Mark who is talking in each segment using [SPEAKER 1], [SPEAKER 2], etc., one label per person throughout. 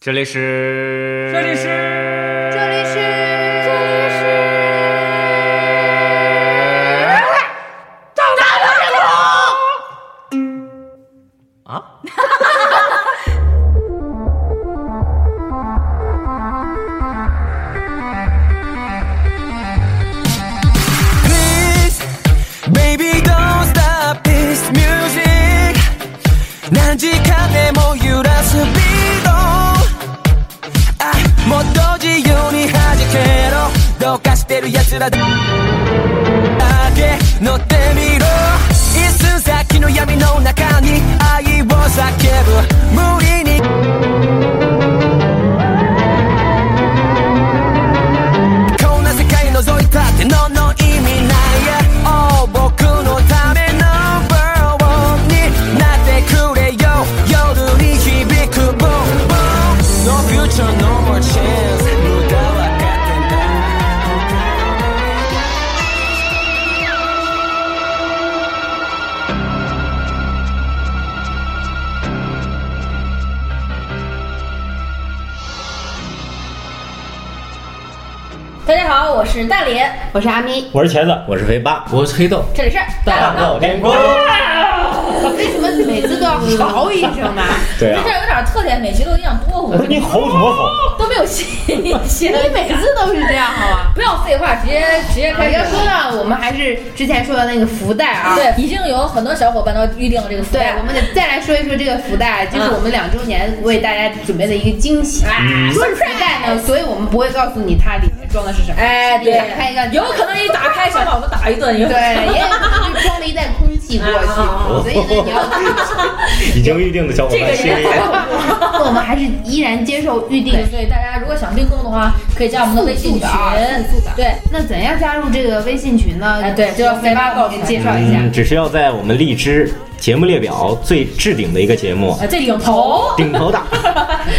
[SPEAKER 1] 这里是，
[SPEAKER 2] 这里是
[SPEAKER 3] 这里是
[SPEAKER 1] 啊，
[SPEAKER 4] Please, baby, don't stop this music. 난직한내 모유라 스피도. 아, 못도 지우니 하지케로. 너 가시대로 야스라. 아게, 너 때미로. 이 순삭기노 야미노 나가니 아이워 사케부. 무리니.こんな世界覗いたってのの意味ないや Oh 僕のための Number One になってくれよ夜に響く Boom Boom No future no more chance 無駄は勝てない
[SPEAKER 3] 大家好，我是大脸，我是阿咪，
[SPEAKER 2] 我是茄子，
[SPEAKER 1] 我是肥八，我是黑豆，
[SPEAKER 3] 这里是大
[SPEAKER 2] 闹天宫。
[SPEAKER 3] 为什么每次都要嚎一声 呢？
[SPEAKER 2] 对啊
[SPEAKER 3] 这事儿有点特点，每期都一样多五
[SPEAKER 2] 我说你吼什么吼？
[SPEAKER 3] 都没有新鲜。
[SPEAKER 5] 你每次都是这样，好啊吧？
[SPEAKER 3] 不要废话，直接直接
[SPEAKER 5] 我
[SPEAKER 3] 开始
[SPEAKER 5] 啊要。说到我们还是之前说的那个福袋啊，
[SPEAKER 3] 对，已经有很多小伙伴都预定了这个福
[SPEAKER 5] 对
[SPEAKER 3] 袋，
[SPEAKER 5] 我们得再来说一说这个福袋，就是我们两周年为大家准备的一个惊喜。说是福袋呢，嗯所以我们不会告诉你它里面装的是什么。
[SPEAKER 3] 哎，
[SPEAKER 5] 你
[SPEAKER 3] 对，
[SPEAKER 5] 打开一个，
[SPEAKER 3] 有可能一打开想把我们打一顿，有
[SPEAKER 5] 对，也有可能是装了一袋空气过去，所以呢，你要注 意。
[SPEAKER 2] 已经预定的小伙
[SPEAKER 3] 这个
[SPEAKER 2] 伴心
[SPEAKER 3] 人
[SPEAKER 2] 里
[SPEAKER 3] 太恐怖了。
[SPEAKER 5] 我们还是依然接受预定
[SPEAKER 3] 对，。所以大家如果想订购的话，可以加我们的微信群
[SPEAKER 5] 速度的啊速度的，
[SPEAKER 3] 对，
[SPEAKER 5] 那怎样加入这个微信群呢？
[SPEAKER 3] 哎对
[SPEAKER 5] 就要肥八给我们介绍一下。
[SPEAKER 6] 嗯，只是要在我们荔枝节目列表最置顶的一个节目，
[SPEAKER 3] 啊，这领头。
[SPEAKER 6] 顶头大，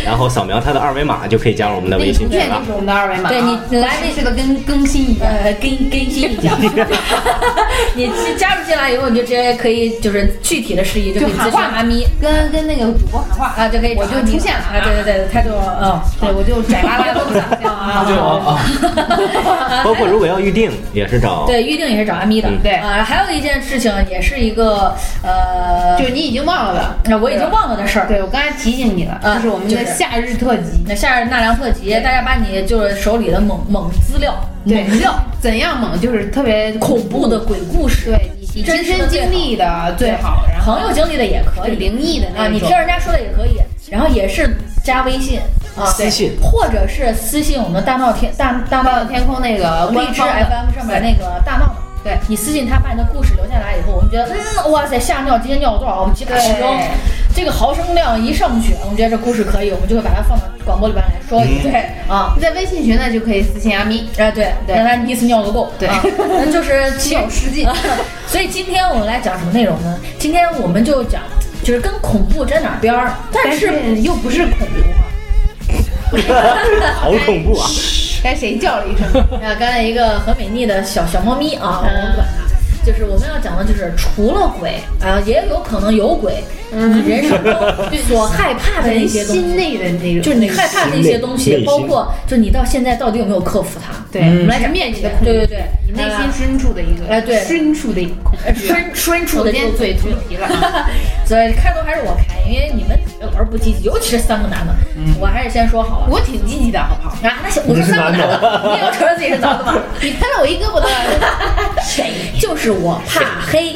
[SPEAKER 6] 然后扫描它的二维码就可以加入我们的
[SPEAKER 5] 那
[SPEAKER 6] 微
[SPEAKER 5] 个
[SPEAKER 6] 信
[SPEAKER 5] 图
[SPEAKER 6] 群
[SPEAKER 5] 片
[SPEAKER 6] 了
[SPEAKER 5] 就。是我们的二维码啊。
[SPEAKER 3] 对你你来
[SPEAKER 5] 这是个更更新一下。
[SPEAKER 3] 呃，更更新一下， 你加入进来以后，你就直接可以就是具体的事宜就可以
[SPEAKER 5] 就
[SPEAKER 3] 咨
[SPEAKER 5] 喊
[SPEAKER 3] 询
[SPEAKER 5] 话
[SPEAKER 3] 阿咪
[SPEAKER 5] 跟跟那个主播 喊话，
[SPEAKER 3] 啊，就可以找
[SPEAKER 5] 我就
[SPEAKER 3] 阿咪
[SPEAKER 5] 出现了
[SPEAKER 3] 啊，对对对，他就嗯，
[SPEAKER 5] 对我就窄巴拉都不想 象啊。
[SPEAKER 6] 包括如果要预定，也是找
[SPEAKER 3] 对，预定也是找阿咪的。
[SPEAKER 6] 嗯
[SPEAKER 5] 对
[SPEAKER 3] 啊，还有一件事情，也是一个 呃，
[SPEAKER 5] 就是你已经忘了的，
[SPEAKER 3] 那我已经忘了的事儿。
[SPEAKER 5] 对我刚才提醒你了，
[SPEAKER 3] 啊
[SPEAKER 5] 就是我们的夏日特辑。
[SPEAKER 3] 那夏日纳凉特辑，大家把你就是手里的猛猛资料、
[SPEAKER 5] 对，
[SPEAKER 3] 猛料、
[SPEAKER 5] 怎样猛就是特别
[SPEAKER 3] 恐怖的鬼故事，
[SPEAKER 5] 对你你亲身经历的最好，然后
[SPEAKER 3] 朋友经历的也可以，
[SPEAKER 5] 灵异的那
[SPEAKER 3] 啊，你
[SPEAKER 5] 种
[SPEAKER 3] 听人家说的也可以，然后也是加微信啊，
[SPEAKER 6] 私信
[SPEAKER 3] 或者是私信我们大闹天大大
[SPEAKER 5] 大闹
[SPEAKER 3] 闹
[SPEAKER 5] 天空那个
[SPEAKER 3] 荔
[SPEAKER 5] 官
[SPEAKER 3] 枝
[SPEAKER 5] 方的
[SPEAKER 3] FM 上面那个大闹的。
[SPEAKER 5] 对
[SPEAKER 3] 你私信他把你的故事留下来以后，我们觉得，嗯，哇塞，吓尿，今天尿了多少？我们几百毫升
[SPEAKER 5] 对，
[SPEAKER 3] 这个毫升量一上去，我们觉得这故事可以，我们就会把它放到广播里边来说一遍。
[SPEAKER 5] 对
[SPEAKER 3] 啊，
[SPEAKER 5] 在微信群呢就可以私信阿咪。
[SPEAKER 3] 哎对，
[SPEAKER 5] 对
[SPEAKER 3] 让他一次尿个够。
[SPEAKER 5] 对
[SPEAKER 3] 啊 那就是其
[SPEAKER 5] 有实 际
[SPEAKER 3] 所以今天我们来讲什么内容呢？今天我们就讲，就是跟恐怖沾点边儿，但
[SPEAKER 5] 但
[SPEAKER 3] 是
[SPEAKER 5] 是又不是恐怖啊哈，
[SPEAKER 6] 好恐怖啊！
[SPEAKER 5] 该谁叫了一声？
[SPEAKER 3] 啊，刚才一个很美丽的小小猫咪啊，我们
[SPEAKER 5] 嗯
[SPEAKER 3] 管它。就是我们要讲的，就是除了鬼啊，也有可能有鬼，
[SPEAKER 5] 嗯
[SPEAKER 3] 你人生中所害怕的那些东西，
[SPEAKER 5] 心内的那种，
[SPEAKER 3] 就是你害怕的一些东
[SPEAKER 6] 内
[SPEAKER 3] 西，
[SPEAKER 6] 心
[SPEAKER 3] 包括就你到现在到底有没有克服它？
[SPEAKER 5] 对，我
[SPEAKER 3] 我
[SPEAKER 5] 们
[SPEAKER 3] 们来
[SPEAKER 5] 来
[SPEAKER 3] 讲
[SPEAKER 5] 面
[SPEAKER 3] 这
[SPEAKER 5] 你
[SPEAKER 3] 些
[SPEAKER 5] 的恐
[SPEAKER 3] 嗯对
[SPEAKER 5] 惧
[SPEAKER 3] 对。对，
[SPEAKER 5] 你内心深处的一个，
[SPEAKER 3] 哎对
[SPEAKER 5] 深处的一个恐
[SPEAKER 3] 呃
[SPEAKER 5] 惧啊。
[SPEAKER 3] 深深处
[SPEAKER 5] 我
[SPEAKER 3] 的
[SPEAKER 5] 今
[SPEAKER 3] 这
[SPEAKER 5] 天
[SPEAKER 3] 个
[SPEAKER 5] 嘴
[SPEAKER 3] 最
[SPEAKER 5] 秃
[SPEAKER 3] 痛。
[SPEAKER 5] 皮了啊，
[SPEAKER 3] 哎 所以开头还是我开，因为你们老是不积极，尤其是三个男的，我还是先说好了。
[SPEAKER 5] 嗯我挺积极的，好不好？
[SPEAKER 3] 啊，那行，我说三个男的， 你也要承认自己是男的吧？
[SPEAKER 5] 你拍了我一胳膊的，
[SPEAKER 3] 谁？就是我怕黑。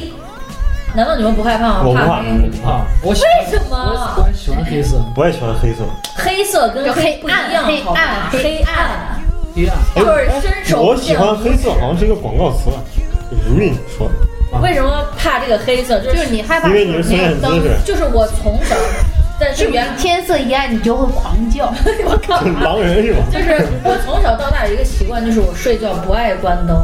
[SPEAKER 3] 难道你们不害怕吗？
[SPEAKER 2] 我不
[SPEAKER 3] 怕
[SPEAKER 2] 怕嗯
[SPEAKER 3] 黑。，
[SPEAKER 7] 我喜
[SPEAKER 3] 为什么？
[SPEAKER 7] 欢喜欢黑色，
[SPEAKER 2] 啊我也喜欢黑色。
[SPEAKER 3] 黑色跟
[SPEAKER 5] 就
[SPEAKER 3] 黑
[SPEAKER 5] 黑
[SPEAKER 3] 不一
[SPEAKER 5] 暗
[SPEAKER 3] 样，
[SPEAKER 5] 黑
[SPEAKER 3] 好吧
[SPEAKER 5] 暗？
[SPEAKER 3] 黑
[SPEAKER 5] 黑
[SPEAKER 3] 暗
[SPEAKER 7] 黑暗
[SPEAKER 3] 就是伸手
[SPEAKER 2] 我
[SPEAKER 3] 不
[SPEAKER 2] 喜
[SPEAKER 3] 见
[SPEAKER 2] 欢
[SPEAKER 3] 五
[SPEAKER 2] 黑色，
[SPEAKER 3] 指
[SPEAKER 2] 好像是一个广告词，啊如你说，
[SPEAKER 3] 为什么怕这个黑色？就
[SPEAKER 5] 就是是你害怕
[SPEAKER 2] 因
[SPEAKER 5] 没
[SPEAKER 2] 为你是孙
[SPEAKER 5] 有
[SPEAKER 2] 燕姿
[SPEAKER 5] 灯，
[SPEAKER 2] 是
[SPEAKER 3] 就是我从小在
[SPEAKER 5] 是
[SPEAKER 3] 这
[SPEAKER 5] 不是
[SPEAKER 3] 原
[SPEAKER 5] 天色一暗你就会狂 叫？我靠！
[SPEAKER 2] 狼人是吧？
[SPEAKER 3] 就是我从小到大有一个习惯，就是我睡觉不爱关灯，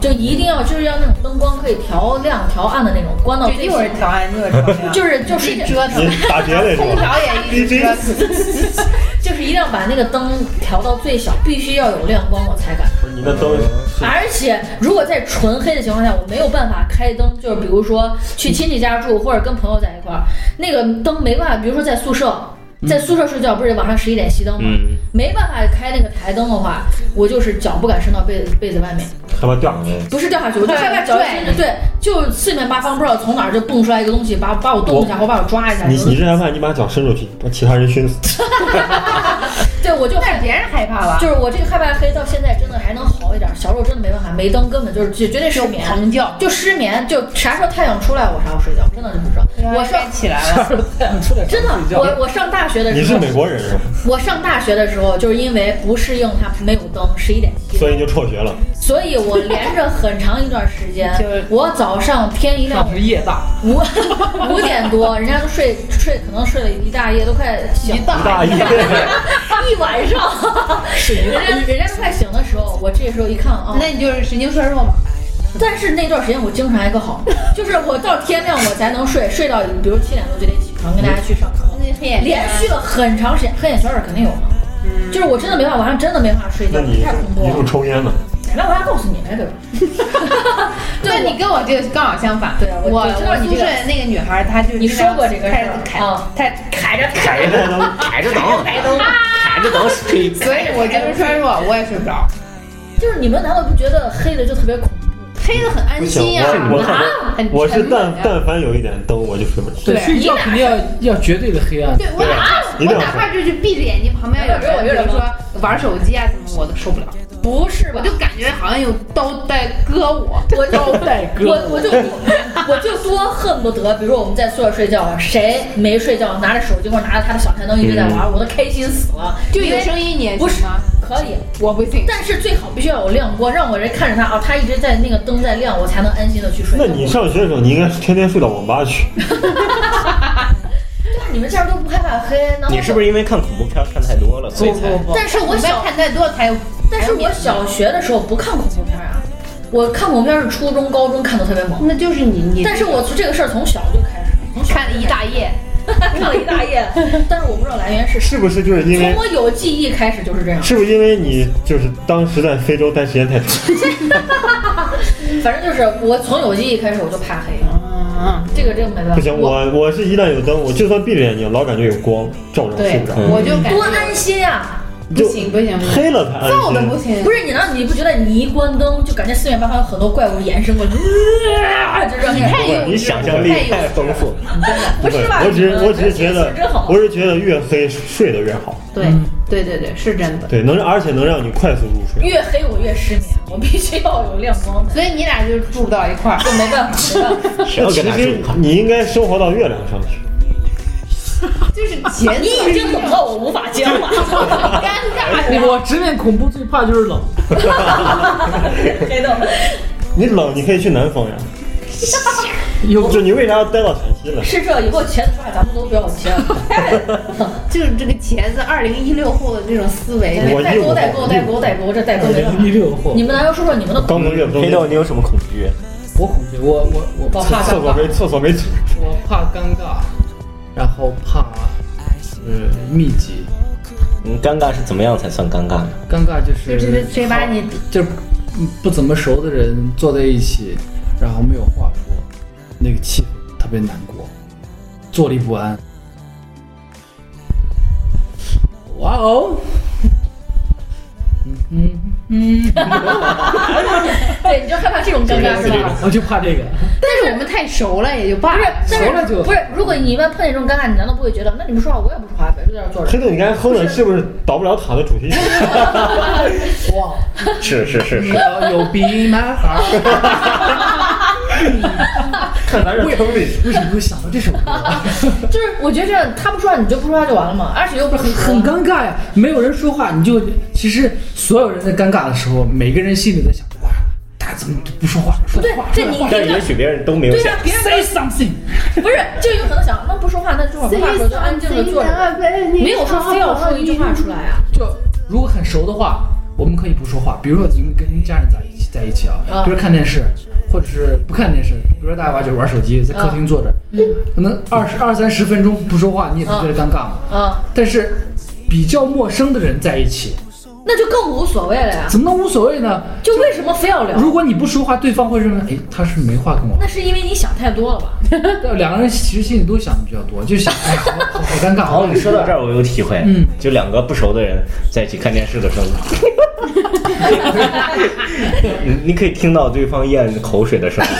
[SPEAKER 3] 就一定要就是要那种灯光可以调亮调暗的那种，关到
[SPEAKER 5] 就
[SPEAKER 3] 最
[SPEAKER 5] 一会儿
[SPEAKER 3] 小
[SPEAKER 5] 调暗，一会儿调亮，
[SPEAKER 3] 就是就是
[SPEAKER 5] 一直折腾
[SPEAKER 2] 你，打劫的是
[SPEAKER 5] 空
[SPEAKER 2] 吧？
[SPEAKER 5] 调也一直折腾。
[SPEAKER 3] 就是一定要把那个灯调到最小，必须要有亮光我才敢。
[SPEAKER 2] 不是你那灯是
[SPEAKER 3] 而且如果在纯黑的情况下，我没有办法开灯，就是比如说去亲戚家住或者跟朋友在一块儿，那个灯没办法，比如说在宿舍。在宿舍睡觉不是得晚上十一点熄灯吗？
[SPEAKER 6] 嗯
[SPEAKER 3] 没办法开那个台灯的话，我就是脚不敢伸到被子被子外面，
[SPEAKER 2] 害怕掉下来。
[SPEAKER 3] 不是掉下去，我就害怕脚
[SPEAKER 5] 对
[SPEAKER 3] 伸着，对，就四面八方不知道从哪儿就蹦出来一个东西，把把我冻一下或把我抓一下。
[SPEAKER 2] 你
[SPEAKER 3] 就是
[SPEAKER 2] 你是害怕你把脚伸出去把其他人熏死？
[SPEAKER 3] 对，我就
[SPEAKER 5] 但是别人害怕了，
[SPEAKER 3] 就是我这个害怕黑到现在真的还能好一点，小时候真的没办法，没灯根本就是绝绝对失眠，
[SPEAKER 5] 狂叫，
[SPEAKER 3] 就失眠，就啥时候太阳出来我啥时候睡觉，真的就不知道。
[SPEAKER 7] 啊
[SPEAKER 3] 我上
[SPEAKER 5] 站起来了，，
[SPEAKER 3] 真的，我我上大学的
[SPEAKER 2] 你
[SPEAKER 3] 时
[SPEAKER 2] 是
[SPEAKER 3] 候，
[SPEAKER 2] 美国人是吧？
[SPEAKER 3] 我上大学的时候就是因为不适应它没有灯，十一点熄灯
[SPEAKER 2] 所以你就辍学了。
[SPEAKER 3] 所以我连着很长一段时间
[SPEAKER 5] 就是
[SPEAKER 3] 我早上天一亮
[SPEAKER 7] 上是夜大，
[SPEAKER 3] 五五点多，人家都睡睡，可能睡了一大夜，都快醒
[SPEAKER 5] 一
[SPEAKER 3] 了
[SPEAKER 5] 大
[SPEAKER 2] 大一，
[SPEAKER 3] 一晚上，人家人家都快醒的时候，我这时候一看 啊，
[SPEAKER 5] 那你就是神经衰弱嘛。
[SPEAKER 3] 但是那段时间我精神还可好， 就是我到天亮我才能睡，睡到比如七点多就得起床跟大家去上课，
[SPEAKER 5] 那黑眼啊
[SPEAKER 3] 连续了很长时间，黑眼圈儿肯定有嘛。
[SPEAKER 5] 嗯
[SPEAKER 3] 就是我真的没办法，晚上真的没办法睡觉
[SPEAKER 2] 那，你
[SPEAKER 3] 太恐怖
[SPEAKER 2] 你不
[SPEAKER 3] 了。
[SPEAKER 2] 抽烟呢？
[SPEAKER 3] 来，我要告诉你来着。
[SPEAKER 5] 对你跟我这个刚好相反。
[SPEAKER 3] 对我
[SPEAKER 5] 我
[SPEAKER 3] 我知道你
[SPEAKER 5] 宿
[SPEAKER 3] 这
[SPEAKER 5] 舍
[SPEAKER 3] 个
[SPEAKER 5] 的那个女孩，她就
[SPEAKER 3] 你说过这个事儿
[SPEAKER 5] 开
[SPEAKER 3] 啊
[SPEAKER 5] 她开着开，
[SPEAKER 6] 开着灯，开着灯，开灯，开着灯睡。
[SPEAKER 5] 所以我精神衰弱，我也睡不着，
[SPEAKER 3] 就是你们难道不觉得黑的就特别恐怖？
[SPEAKER 5] 黑的很安心呀
[SPEAKER 2] 不行，我我
[SPEAKER 5] 啊很
[SPEAKER 2] 我是
[SPEAKER 5] 沉啊
[SPEAKER 2] 但
[SPEAKER 5] 稳呀
[SPEAKER 2] 但凡有一点灯我就睡不着。
[SPEAKER 5] 对
[SPEAKER 7] 睡觉肯定要要绝对的黑暗。
[SPEAKER 5] 对啊我哪怕
[SPEAKER 2] 你
[SPEAKER 5] 我
[SPEAKER 2] 这样
[SPEAKER 5] 哪怕就是闭着眼睛，旁边有人比如说玩手机啊什么，我都受不了，
[SPEAKER 3] 不是
[SPEAKER 5] 我
[SPEAKER 3] 吧？
[SPEAKER 5] 就感觉好像有刀在割我。
[SPEAKER 3] 我就
[SPEAKER 7] 带哥，
[SPEAKER 3] 我我就我就多恨不得，比如说我们在宿舍睡觉，谁没睡觉拿着手机或者拿着他的小台灯一直在玩，我都开心死了。
[SPEAKER 5] 就
[SPEAKER 3] 因
[SPEAKER 5] 有
[SPEAKER 3] 为
[SPEAKER 5] 声音你也
[SPEAKER 3] 不
[SPEAKER 5] 行
[SPEAKER 3] 是
[SPEAKER 5] 吗？
[SPEAKER 3] 可以，
[SPEAKER 5] 我不信。
[SPEAKER 3] 但是最好必须要有亮光，让我人看着他啊，他一直在那个灯在亮，我才能安心的去睡觉。
[SPEAKER 2] 那你上学的时候，你应该是天天睡到网吧去。
[SPEAKER 3] 对啊你们这儿都不害怕黑，然后
[SPEAKER 6] 你是不是因为看恐怖片看太多了，所以才？
[SPEAKER 5] 不
[SPEAKER 3] 但是我
[SPEAKER 5] 你不要
[SPEAKER 3] 小
[SPEAKER 5] 看太多才有，
[SPEAKER 3] 但是我小学的时候不看恐怖片啊，我看恐怖片是初中、高中看的特别猛。
[SPEAKER 5] 那就是你你。
[SPEAKER 3] 但是我从这个事儿从小就开始，从小
[SPEAKER 5] 看了一大夜，
[SPEAKER 3] 看了一大夜，但是我不知道来源是谁。
[SPEAKER 2] 是不是就是因
[SPEAKER 3] 从
[SPEAKER 2] 为？
[SPEAKER 3] 我有记忆开始就是这样，
[SPEAKER 2] 是不是因为你就是当时在非洲待时间太长？
[SPEAKER 3] 反正就是我从有记忆开始我就怕黑，
[SPEAKER 5] 嗯，
[SPEAKER 3] 这个真没办法。
[SPEAKER 2] 啊不行，我我是一旦有灯，我就算闭着眼睛，老感觉有光照着我睡
[SPEAKER 5] 对
[SPEAKER 2] 不着，，
[SPEAKER 5] 我就感
[SPEAKER 3] 多
[SPEAKER 5] 觉
[SPEAKER 3] 安心啊！
[SPEAKER 5] 不
[SPEAKER 2] 就
[SPEAKER 5] 行不行，不行
[SPEAKER 2] 黑了才嗯安
[SPEAKER 5] 造的不
[SPEAKER 2] 心。
[SPEAKER 5] 行
[SPEAKER 3] 不。是你呢？你不觉得你一关灯就感觉四面八方有很多怪物延伸过来，啊就这样。
[SPEAKER 5] 太幼稚了，
[SPEAKER 6] 你想象力
[SPEAKER 5] 太幼稚
[SPEAKER 6] 太
[SPEAKER 5] 了
[SPEAKER 6] 丰富。
[SPEAKER 3] 不是吧？
[SPEAKER 2] 我只是
[SPEAKER 3] 你们
[SPEAKER 2] 我只是觉得
[SPEAKER 3] 真好，
[SPEAKER 2] 我是觉得越黑睡得越好，
[SPEAKER 5] 对
[SPEAKER 3] 嗯
[SPEAKER 5] 对对对，是真的。
[SPEAKER 2] 对，能而且能让你快速入睡。
[SPEAKER 3] 越黑我越失眠，我必须要有亮光的。
[SPEAKER 5] 所以你俩就住不到一块儿。
[SPEAKER 3] 这没办法，没办法。
[SPEAKER 6] 谁
[SPEAKER 2] 那
[SPEAKER 6] 要
[SPEAKER 2] 其
[SPEAKER 6] 跟他
[SPEAKER 2] 实
[SPEAKER 6] 住啊？
[SPEAKER 2] 你应该生活到月亮上去。
[SPEAKER 5] 就是节
[SPEAKER 3] 你已经懂了， 我无法接话。
[SPEAKER 5] 尴尬呀。
[SPEAKER 7] 我直面恐怖最怕就是冷，
[SPEAKER 3] 黑豆，
[SPEAKER 2] 你冷，你可以去南方呀。
[SPEAKER 7] 有
[SPEAKER 2] 就你为啥要待到陕西来？
[SPEAKER 3] 是这以后茄子话咱们都不要切了。
[SPEAKER 5] 就是这个茄子二零一六后的这种思维，
[SPEAKER 2] 我
[SPEAKER 3] 代
[SPEAKER 2] 一五
[SPEAKER 3] 沟，代沟，代沟，代沟，这代沟没办
[SPEAKER 7] 一
[SPEAKER 3] 法。
[SPEAKER 7] 六货
[SPEAKER 3] 你。们来说说你们的
[SPEAKER 2] 刚从月
[SPEAKER 6] 嗯黑豆，
[SPEAKER 2] 中
[SPEAKER 6] 你有什么恐惧？
[SPEAKER 7] 我恐惧，我我我
[SPEAKER 3] 我
[SPEAKER 7] 怕
[SPEAKER 3] 怕
[SPEAKER 2] 厕
[SPEAKER 3] 尴
[SPEAKER 2] 所
[SPEAKER 3] 尬，
[SPEAKER 2] 没厕所没纸，
[SPEAKER 7] 我怕尴尬，然后怕呃密集。
[SPEAKER 6] 嗯，尴尬是怎么样才算尴尬呢？
[SPEAKER 7] 尴尬就
[SPEAKER 5] 就这
[SPEAKER 7] 是
[SPEAKER 5] 这谁把你
[SPEAKER 7] 就是不怎么熟的人坐在一起，然后没有话说，那个气氛特别难过，坐立不安。哇哦！嗯
[SPEAKER 3] 对，你就害怕这种尴尬是吧？
[SPEAKER 7] 嗯，我就怕这个。
[SPEAKER 5] 但是我们太熟了也就罢
[SPEAKER 3] 不是
[SPEAKER 5] 了，，
[SPEAKER 3] 但
[SPEAKER 7] 熟了
[SPEAKER 3] 是
[SPEAKER 7] 就
[SPEAKER 3] 不是？如果你一般碰见这种尴尬，你难道不会觉得，那你们说话我也不说话呗，就在这儿坐着
[SPEAKER 2] 黑？豆，你刚才哼的是不是倒不了塔的主题曲？
[SPEAKER 7] 哇，
[SPEAKER 6] 是是是是，
[SPEAKER 7] 要有 be my heart，
[SPEAKER 2] 看咱这坑里。
[SPEAKER 7] 为什么会想到这首歌？
[SPEAKER 3] 就是我觉得这样，他不说话你就不说话就完了嘛，而且又不是
[SPEAKER 7] 很尴尬呀，没有人说话，你就其实所有人在尴尬的时候，每个人心里在想，哇，大家怎么都不说话？说
[SPEAKER 3] 对
[SPEAKER 7] 话，
[SPEAKER 3] 这
[SPEAKER 7] 说
[SPEAKER 3] 你
[SPEAKER 7] 话
[SPEAKER 6] 但也许别人都没有
[SPEAKER 3] 对啊
[SPEAKER 6] 想
[SPEAKER 3] 呀，。别人
[SPEAKER 7] say something，
[SPEAKER 3] 不是，就有可能想，那不说话，那这会儿不话说就安静的坐着，没有说非要说一句话出来啊。
[SPEAKER 7] 就如果很熟的话，我们可以不说话。比如说你们跟家人在一起在一起啊
[SPEAKER 3] 啊，
[SPEAKER 7] 比如看电视，或者是不看电视，比如说大家玩就玩手机，在客厅坐着，
[SPEAKER 3] 嗯
[SPEAKER 7] 可能二十二三十分钟不说话，你也不觉得尴尬嘛。
[SPEAKER 3] 啊，
[SPEAKER 7] 但是比较陌生的人在一起，
[SPEAKER 3] 那就更无所谓了呀。
[SPEAKER 7] 怎么能无所谓呢？
[SPEAKER 3] 就为什么非要聊？
[SPEAKER 7] 如果你不说话，对方会认为，哎，他是没话跟我。
[SPEAKER 3] 那是因为你想太多了吧？
[SPEAKER 2] 嗯
[SPEAKER 7] 但两个人其实心里都想的比较多，就想，哎，好好好尴尬。
[SPEAKER 6] 然哦后你说到这儿，我有体会，
[SPEAKER 7] 嗯，
[SPEAKER 6] 就两个不熟的人在一起看电视的时 候，你你可以听到对方咽口水的声音，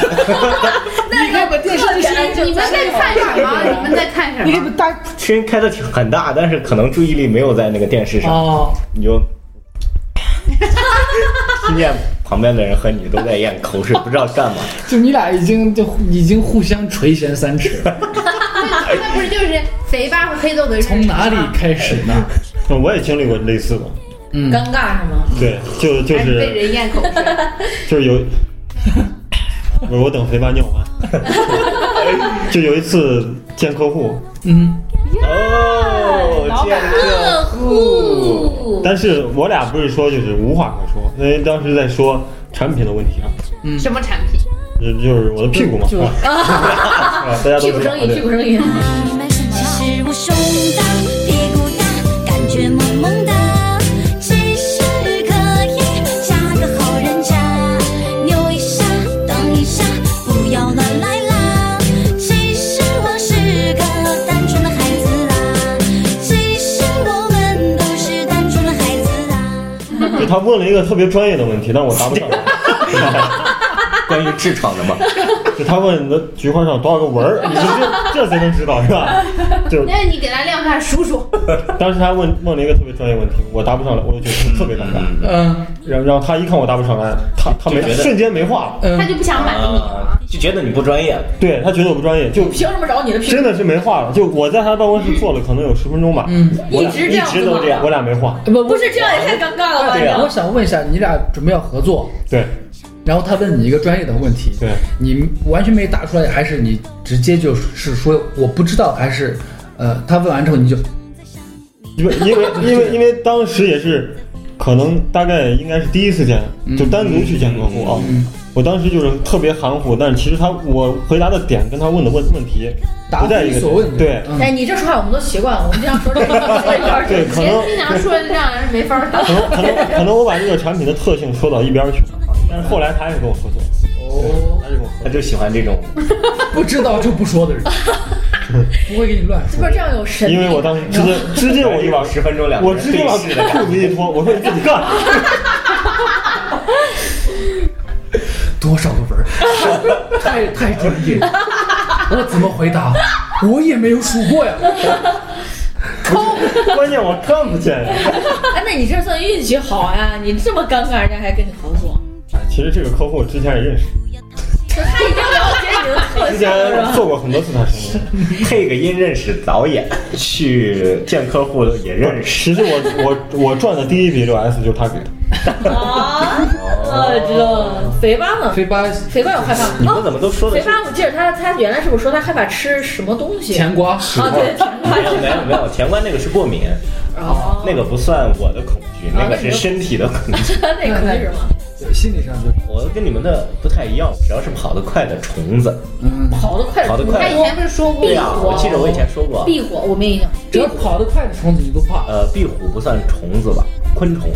[SPEAKER 5] 你看过电视剧
[SPEAKER 3] 是
[SPEAKER 5] 你们在看什么？你们在看什
[SPEAKER 6] 因
[SPEAKER 5] 么？
[SPEAKER 6] 为大声音开的挺很大，但是可能注意力没有在那个电视上，
[SPEAKER 7] 哦，
[SPEAKER 6] 你就听见旁边的人和你都在咽口水，不知道干嘛。
[SPEAKER 7] 就你俩已经就已经互相垂涎三尺，
[SPEAKER 5] 那不是就是肥八和黑豆的日
[SPEAKER 7] 从哪里开始呢？
[SPEAKER 2] 嗯我也经历过类似的，
[SPEAKER 7] 嗯，
[SPEAKER 3] 尴尬是吗？
[SPEAKER 2] 对，
[SPEAKER 3] 哎
[SPEAKER 2] 就就
[SPEAKER 5] 还是被
[SPEAKER 2] 是
[SPEAKER 5] 人咽口水？
[SPEAKER 2] 就是 有，我我等肥妈尿完，就有一次见客户，
[SPEAKER 7] 嗯，
[SPEAKER 6] 哦，见
[SPEAKER 2] 嗯
[SPEAKER 6] 客户，
[SPEAKER 2] 但是我俩不是说就是无话可说，因为当时在说产品的问题上，啊
[SPEAKER 5] 什么产品？
[SPEAKER 2] 就就是我的屁股嘛，
[SPEAKER 7] 就
[SPEAKER 2] 啊，大家都
[SPEAKER 3] 屁
[SPEAKER 2] 知
[SPEAKER 3] 股
[SPEAKER 2] 道
[SPEAKER 3] 生意，屁
[SPEAKER 2] 对
[SPEAKER 3] 股生意。
[SPEAKER 8] 其实我胸大，屁股大，感觉萌萌的。其实可以嫁个好人家，扭一下，蹬一下，不要乱来啦。其实我是个单纯的孩子啦，其实我们都是单纯的孩子啦。
[SPEAKER 2] 就他问了一个特别专业的问题，但我答不 上来。
[SPEAKER 6] 关于痔疮的嘛，
[SPEAKER 2] 就他问你的菊花上有多少个纹儿，你说这这谁能知道是 吧？就
[SPEAKER 5] 那你给他亮看数数。
[SPEAKER 2] 当时他问问了一个特别专业问题，我答不上来，我就觉得特别尴尬。
[SPEAKER 7] 嗯，
[SPEAKER 2] 然后然后他一看我答不上来，他他没
[SPEAKER 6] 就觉得
[SPEAKER 2] 瞬间没话了，
[SPEAKER 5] 他就不想满足你
[SPEAKER 6] 啊
[SPEAKER 5] 了。，
[SPEAKER 6] 就觉得你不专业，
[SPEAKER 2] 对他觉得我不专业，就
[SPEAKER 3] 凭什么找你的屁股
[SPEAKER 2] 真？的是没话了。就我在他办公室坐了可能有十分钟吧，
[SPEAKER 7] 嗯
[SPEAKER 2] 我俩
[SPEAKER 3] 一直这样子吗
[SPEAKER 2] 一直都这样，我俩没话。
[SPEAKER 7] 不
[SPEAKER 3] 不是这样也太尴尬了吧？
[SPEAKER 6] 对呀
[SPEAKER 7] 哎我想问一下，你俩准备要合作，
[SPEAKER 2] 对
[SPEAKER 7] 然后他问你一个专业的问题，
[SPEAKER 2] 对，
[SPEAKER 7] 你完全没答出来，还是你直接就是说我不知道，还是呃，他问完之后你就
[SPEAKER 2] 因为因为因为因为当时也是，可能大概应该是第一次见，
[SPEAKER 7] 嗯
[SPEAKER 2] 就单独去见客户啊。我当时就是特别含糊，但是其实他我回答的点跟他问的问问题
[SPEAKER 7] 答
[SPEAKER 2] 不在一
[SPEAKER 7] 非
[SPEAKER 2] 个
[SPEAKER 7] 所
[SPEAKER 2] 点
[SPEAKER 7] 问。嗯
[SPEAKER 2] 对
[SPEAKER 3] 哎，你这说话我们都习惯了，我们经常说这个话这一段儿
[SPEAKER 2] 对，可能
[SPEAKER 5] 人经常说的这样人没法当
[SPEAKER 2] 可。能可能可能我把这个产品的特性说到一边儿去了，但是后来他也跟我合作，
[SPEAKER 7] 哦，
[SPEAKER 2] 他就跟我合
[SPEAKER 6] 他
[SPEAKER 2] 作。
[SPEAKER 6] 就喜欢这种
[SPEAKER 7] 不知道就不说的人，不会给你乱
[SPEAKER 3] 是不
[SPEAKER 7] 说
[SPEAKER 3] 是。这样有神秘
[SPEAKER 2] 因
[SPEAKER 3] 感？
[SPEAKER 2] 为我当时直接 直接我
[SPEAKER 6] 一
[SPEAKER 2] 就把
[SPEAKER 6] 往十分钟两个
[SPEAKER 2] 我
[SPEAKER 6] 人
[SPEAKER 2] 直接
[SPEAKER 6] 对
[SPEAKER 2] 把
[SPEAKER 6] 视的感
[SPEAKER 2] 裤子一脱，我说你自己干。
[SPEAKER 7] 多少个文儿，太太专业了，我怎么回答？我也没有数过呀。
[SPEAKER 2] 关键我看不见呀。
[SPEAKER 3] 哎，那你这算运气好呀！你这么尴尬，人家还跟你合 作，
[SPEAKER 2] 哎其实这个客户之前也认识，
[SPEAKER 3] 就他已经了解你的特
[SPEAKER 2] 之
[SPEAKER 3] 性了，是
[SPEAKER 2] 前
[SPEAKER 3] 吧？
[SPEAKER 2] 做过很多次他生意。
[SPEAKER 6] 觉，配个音认识导演去见客户也认识，
[SPEAKER 2] 其实我我我赚的第一笔六 S 就是他给的。
[SPEAKER 3] 啊，我知道了。肥八呢？
[SPEAKER 7] 飞吧，
[SPEAKER 3] 肥八有害怕
[SPEAKER 6] 你
[SPEAKER 3] 吗？哦
[SPEAKER 6] 们怎么都说的
[SPEAKER 3] 肥
[SPEAKER 6] 是？
[SPEAKER 3] 八，我记得他他原来是不是说他害怕吃什么东西？
[SPEAKER 7] 甜瓜，
[SPEAKER 3] 啊，对，甜瓜
[SPEAKER 6] 没有没有没有，甜瓜那个是过敏，
[SPEAKER 3] 哦，
[SPEAKER 6] 那个不算我的恐惧，那个是身体的恐惧。
[SPEAKER 3] 那可能是什么？
[SPEAKER 7] 对心理上就
[SPEAKER 6] 我跟你们的不太一样，只要是跑得快的虫子，
[SPEAKER 7] 嗯，
[SPEAKER 3] 跑得快的
[SPEAKER 6] 跑得快
[SPEAKER 5] 他以前不是说过
[SPEAKER 6] 对呀、啊
[SPEAKER 5] 吗
[SPEAKER 6] 我记得我以前说过，
[SPEAKER 3] 壁火，我没印象。
[SPEAKER 7] 只要跑得快的虫子你都怕。
[SPEAKER 6] 呃，壁虎不算虫子吧，昆虫，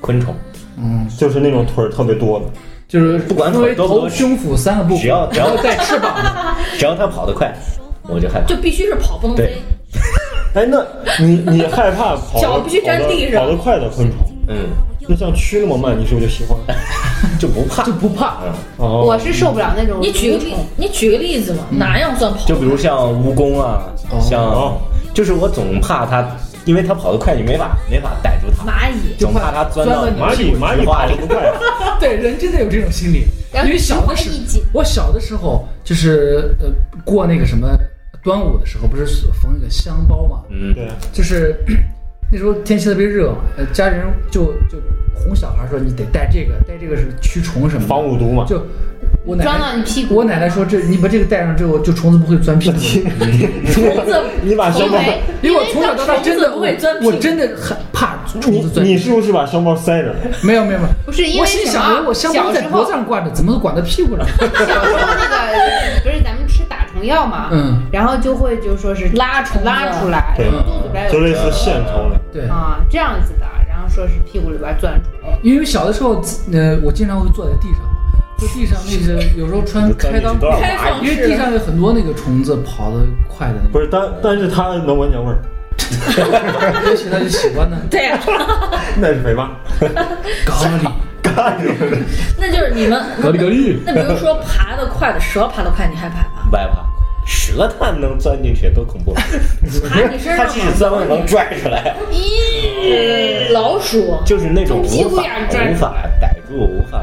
[SPEAKER 6] 昆虫，
[SPEAKER 7] 嗯，
[SPEAKER 2] 就是那种腿儿特别多的，
[SPEAKER 7] 就是
[SPEAKER 6] 不管
[SPEAKER 7] 分为
[SPEAKER 6] 腿多不
[SPEAKER 7] 头、
[SPEAKER 6] 多
[SPEAKER 7] 胸、腹三个部分，
[SPEAKER 6] 只要只要
[SPEAKER 7] 带翅膀的。
[SPEAKER 6] 只要它跑得快，我就害怕。
[SPEAKER 3] 就必须是跑，不能飞
[SPEAKER 6] 对。
[SPEAKER 2] 哎，那你你害怕跑
[SPEAKER 3] 脚
[SPEAKER 2] 得
[SPEAKER 3] 必须
[SPEAKER 2] 跑得
[SPEAKER 3] 沾地上
[SPEAKER 2] 跑得快的昆虫，
[SPEAKER 6] 嗯，
[SPEAKER 2] 那像蛆那么慢，你是不是就喜欢？
[SPEAKER 6] 就不怕
[SPEAKER 7] 就。不怕。
[SPEAKER 6] 嗯，
[SPEAKER 2] 哦，
[SPEAKER 5] 我是受不了那种
[SPEAKER 3] 你举个例，你举个例子嘛，哪样算跑？
[SPEAKER 6] 嗯就比如像蜈蚣啊，
[SPEAKER 7] 哦
[SPEAKER 6] 像就是我总怕它，因为它跑得快，你没法没法逮住它，
[SPEAKER 3] 蚂蚁，
[SPEAKER 6] 总怕它钻到你
[SPEAKER 2] 蚂蚁
[SPEAKER 6] 屁股
[SPEAKER 2] 蚂
[SPEAKER 6] 菊
[SPEAKER 2] 蚁
[SPEAKER 6] 花
[SPEAKER 2] 跑
[SPEAKER 6] 里
[SPEAKER 2] 得。不快，啊
[SPEAKER 7] 对，人真的有这种心理。
[SPEAKER 5] 然后
[SPEAKER 7] 因为小的时
[SPEAKER 5] 一紧
[SPEAKER 7] 我小的时候就是呃过那个什么端午的时候，不是缝那个香包嘛，
[SPEAKER 6] 嗯，
[SPEAKER 2] 对，
[SPEAKER 7] 就是 那时候天气特别热，呃家人就就哄小孩说你得带这个，带这个是驱虫什么的，
[SPEAKER 2] 防五毒嘛。
[SPEAKER 7] 就我奶奶
[SPEAKER 5] 装到你屁股
[SPEAKER 7] 我奶奶说这你把这个带上之后，就虫子不会钻屁股。
[SPEAKER 3] 虫子，
[SPEAKER 2] 你把香
[SPEAKER 5] 因
[SPEAKER 2] 包，
[SPEAKER 5] 为
[SPEAKER 7] 因为我从小到大真
[SPEAKER 3] 虫
[SPEAKER 7] 的
[SPEAKER 3] 子不会钻屁股
[SPEAKER 7] 我真的很怕虫
[SPEAKER 2] 你
[SPEAKER 7] 子钻。
[SPEAKER 2] 你是不是把香包塞着？
[SPEAKER 7] 没有没有没有，
[SPEAKER 5] 不是因
[SPEAKER 7] 我
[SPEAKER 5] 为
[SPEAKER 7] 心里
[SPEAKER 5] 什
[SPEAKER 7] 想
[SPEAKER 5] 么？
[SPEAKER 7] 着我香包
[SPEAKER 5] 小时
[SPEAKER 7] 在脖
[SPEAKER 5] 候
[SPEAKER 7] 子上挂着，怎么都管到屁股上？
[SPEAKER 5] 小时候那个不是咱们吃打虫药嘛，
[SPEAKER 7] 嗯，
[SPEAKER 5] 然后就会就说是
[SPEAKER 3] 拉虫子
[SPEAKER 5] 拉出来，
[SPEAKER 2] 对
[SPEAKER 5] 肚子里边
[SPEAKER 2] 就
[SPEAKER 5] 有
[SPEAKER 2] 类似线虫的。
[SPEAKER 7] 对，
[SPEAKER 5] 啊这样子的，然后后说是屁股里边钻出来。
[SPEAKER 7] 因为小的时候，呃，我经常会坐在地上嘛，坐地上那个有时候穿开裆裤，
[SPEAKER 3] 开放
[SPEAKER 7] 因为地
[SPEAKER 3] 式
[SPEAKER 7] 上有很多那个虫子跑得快的那
[SPEAKER 2] 不
[SPEAKER 7] 种，
[SPEAKER 2] 是，但但是他能闻见味儿，
[SPEAKER 7] 也许他就喜欢呢。
[SPEAKER 3] 对啊呀、
[SPEAKER 2] 那是没办法。
[SPEAKER 7] 咖喱，
[SPEAKER 3] 那就是你们
[SPEAKER 7] 咖喱咖喱，
[SPEAKER 3] 那比如说爬得快的蛇爬得快，你害怕吗？
[SPEAKER 6] 不害怕。蛇它能钻进去，多恐怖！啊
[SPEAKER 3] 爬你身
[SPEAKER 6] 它
[SPEAKER 3] 上
[SPEAKER 6] 即使钻了，能拽出来，
[SPEAKER 3] 咦，老鼠、
[SPEAKER 6] 就是那种
[SPEAKER 5] 从屁
[SPEAKER 6] 无
[SPEAKER 5] 股
[SPEAKER 6] 法
[SPEAKER 5] 眼儿拽
[SPEAKER 6] 无法逮住，无法，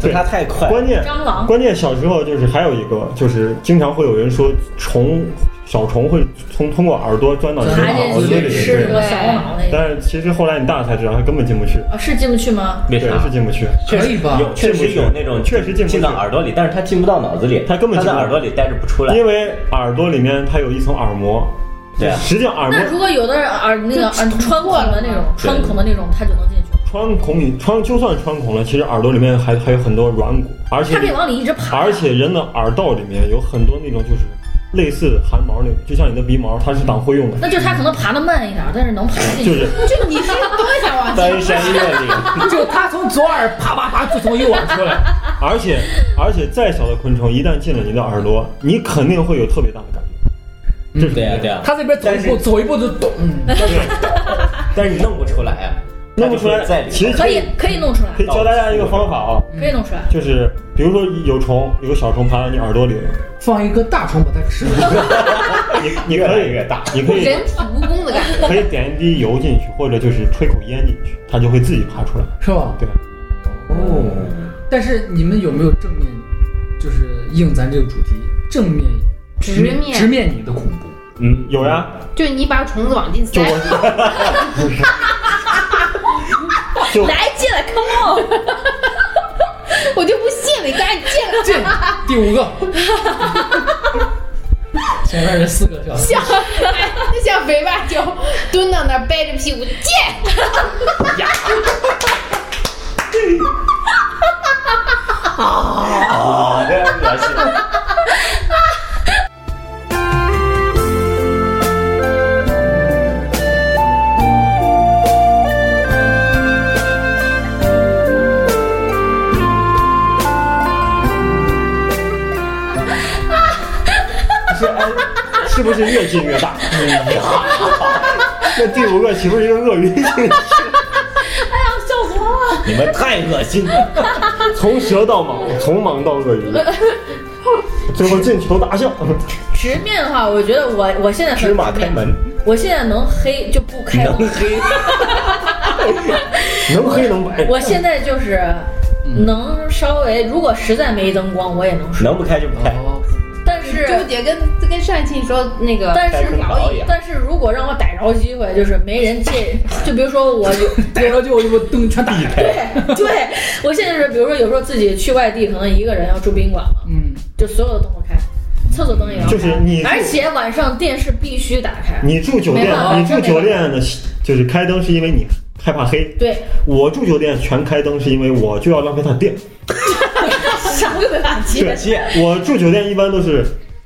[SPEAKER 2] 对
[SPEAKER 6] 它太快。
[SPEAKER 2] 关键
[SPEAKER 3] 蟑螂，
[SPEAKER 2] 关键小时候就是还有一个，就是经常会有人说虫小虫会从通过耳朵钻到你的
[SPEAKER 3] 爬
[SPEAKER 2] 脑
[SPEAKER 6] 哦
[SPEAKER 3] 进去
[SPEAKER 2] 子里，
[SPEAKER 3] 吃什
[SPEAKER 2] 对。
[SPEAKER 3] 么小脑那个？
[SPEAKER 2] 但是其实后来你大了才知道，它根本进不去，
[SPEAKER 3] 啊，是进不去吗？
[SPEAKER 6] 为
[SPEAKER 2] 对，
[SPEAKER 6] 啥
[SPEAKER 2] 是？进不去。
[SPEAKER 7] 可以吧？
[SPEAKER 6] 有确实有那种
[SPEAKER 2] 确实进不
[SPEAKER 6] 进
[SPEAKER 2] 去
[SPEAKER 6] 到耳朵里，但是它进不到脑子里，
[SPEAKER 2] 它根本进不
[SPEAKER 6] 在耳朵里待着不出来。
[SPEAKER 2] 因为耳朵里面它有一层耳膜，
[SPEAKER 6] 对 啊
[SPEAKER 2] 实际上耳
[SPEAKER 3] 那如
[SPEAKER 2] 膜
[SPEAKER 3] 果有的耳那个耳穿孔的那种，穿孔的那种，它就能进去。
[SPEAKER 2] 穿孔里穿就算穿孔了，其实耳朵里面还还有很多软骨，而且
[SPEAKER 3] 它可以往里一直爬。
[SPEAKER 2] 而且人的耳道里面有很多那种就是类似汗毛那种，就像你的鼻毛，它是挡灰用的，
[SPEAKER 3] 那就是它可能爬得慢一点，但是能爬进
[SPEAKER 2] 就
[SPEAKER 3] 去。
[SPEAKER 2] 是
[SPEAKER 5] 就你是多想往前
[SPEAKER 6] 翻山越 岭，
[SPEAKER 7] 就他从左耳啪啪啪，就从右耳出来。
[SPEAKER 2] 而且而且再小的昆虫一旦进了你的耳朵，你肯定会有特别大的感觉。这是
[SPEAKER 6] 对呀、对呀、啊
[SPEAKER 7] 他这边走一步，走一步就咚。
[SPEAKER 6] 但是你弄不出来啊，
[SPEAKER 2] 弄不出
[SPEAKER 6] 它
[SPEAKER 2] 来
[SPEAKER 6] 就是在，里
[SPEAKER 2] 其
[SPEAKER 6] 面
[SPEAKER 2] 实
[SPEAKER 3] 可以可以弄出来
[SPEAKER 2] 可，以教大家一个方法啊，
[SPEAKER 3] 可以弄出来。
[SPEAKER 2] 就是比如说有虫，有个小虫爬到你耳朵里，
[SPEAKER 7] 放一个大虫把它吃了。
[SPEAKER 2] 你你
[SPEAKER 6] 越
[SPEAKER 2] 可
[SPEAKER 6] 来
[SPEAKER 2] 以
[SPEAKER 6] 越大，
[SPEAKER 2] 你可以
[SPEAKER 5] 人体蜈蚣的感觉。
[SPEAKER 2] 可以点一滴油进去，或者就是吹口烟进去，它就会自己爬出来。
[SPEAKER 7] 是吧？
[SPEAKER 2] 对，
[SPEAKER 7] 哦，但是你们有没有正面，就是应咱这个主题，正面
[SPEAKER 5] 直面
[SPEAKER 7] 直面你的恐怖？
[SPEAKER 2] 嗯，有呀，
[SPEAKER 5] 就你把虫子往进塞
[SPEAKER 2] 就，我，就
[SPEAKER 3] 来进来，come on！
[SPEAKER 5] 我就不信你赶紧进
[SPEAKER 7] 这
[SPEAKER 5] 来。
[SPEAKER 7] 第五个，前面人四个小时，
[SPEAKER 5] 像就像肥八就蹲到那儿掰着屁股进，
[SPEAKER 6] 啊，这样恶心。
[SPEAKER 2] 是哎，是不是越进嗯越大？ 那第五个岂不是一个鳄鱼？
[SPEAKER 6] 你们太恶心了！
[SPEAKER 2] 从蛇到蟒，从蟒到鳄 鱼，最后进球大笑。
[SPEAKER 3] 直面的话，我觉得我我现在很
[SPEAKER 6] 芝麻
[SPEAKER 3] 直
[SPEAKER 6] 开
[SPEAKER 3] 面
[SPEAKER 6] 门，
[SPEAKER 3] 我现在能黑就不开
[SPEAKER 6] 能
[SPEAKER 3] 灯，
[SPEAKER 6] 黑，
[SPEAKER 2] 能黑能白，
[SPEAKER 3] 我现在就是
[SPEAKER 2] 嗯
[SPEAKER 3] 能稍微，如果实在没灯光，我也能睡。
[SPEAKER 6] 能不开就不开。
[SPEAKER 7] 哦，
[SPEAKER 3] 但
[SPEAKER 5] 周
[SPEAKER 3] 是
[SPEAKER 5] 姐跟跟上期你说那个，
[SPEAKER 3] 但
[SPEAKER 6] 开
[SPEAKER 3] 是
[SPEAKER 6] 空调一样
[SPEAKER 3] 但是如果让我逮着机会，就是没人借，就比如说 我有
[SPEAKER 7] 逮着就我灯全打开。
[SPEAKER 3] 对对，我现在就是比如说有时候自己去外地，可能一个人要住宾馆嘛，
[SPEAKER 7] 嗯，
[SPEAKER 3] 就所有的灯都开，厕所灯也要开，
[SPEAKER 2] 就是你
[SPEAKER 3] 而且晚上电视必须打开。
[SPEAKER 2] 你住酒
[SPEAKER 3] 没
[SPEAKER 2] 店
[SPEAKER 3] 办，法
[SPEAKER 2] 你住
[SPEAKER 3] 真没办法
[SPEAKER 2] 酒店的就是开灯是因为你害怕黑。
[SPEAKER 3] 对，
[SPEAKER 2] 我住酒店全开灯是因为我就要浪费它电。
[SPEAKER 3] 啥都没法接
[SPEAKER 2] 对，我住酒店一般都是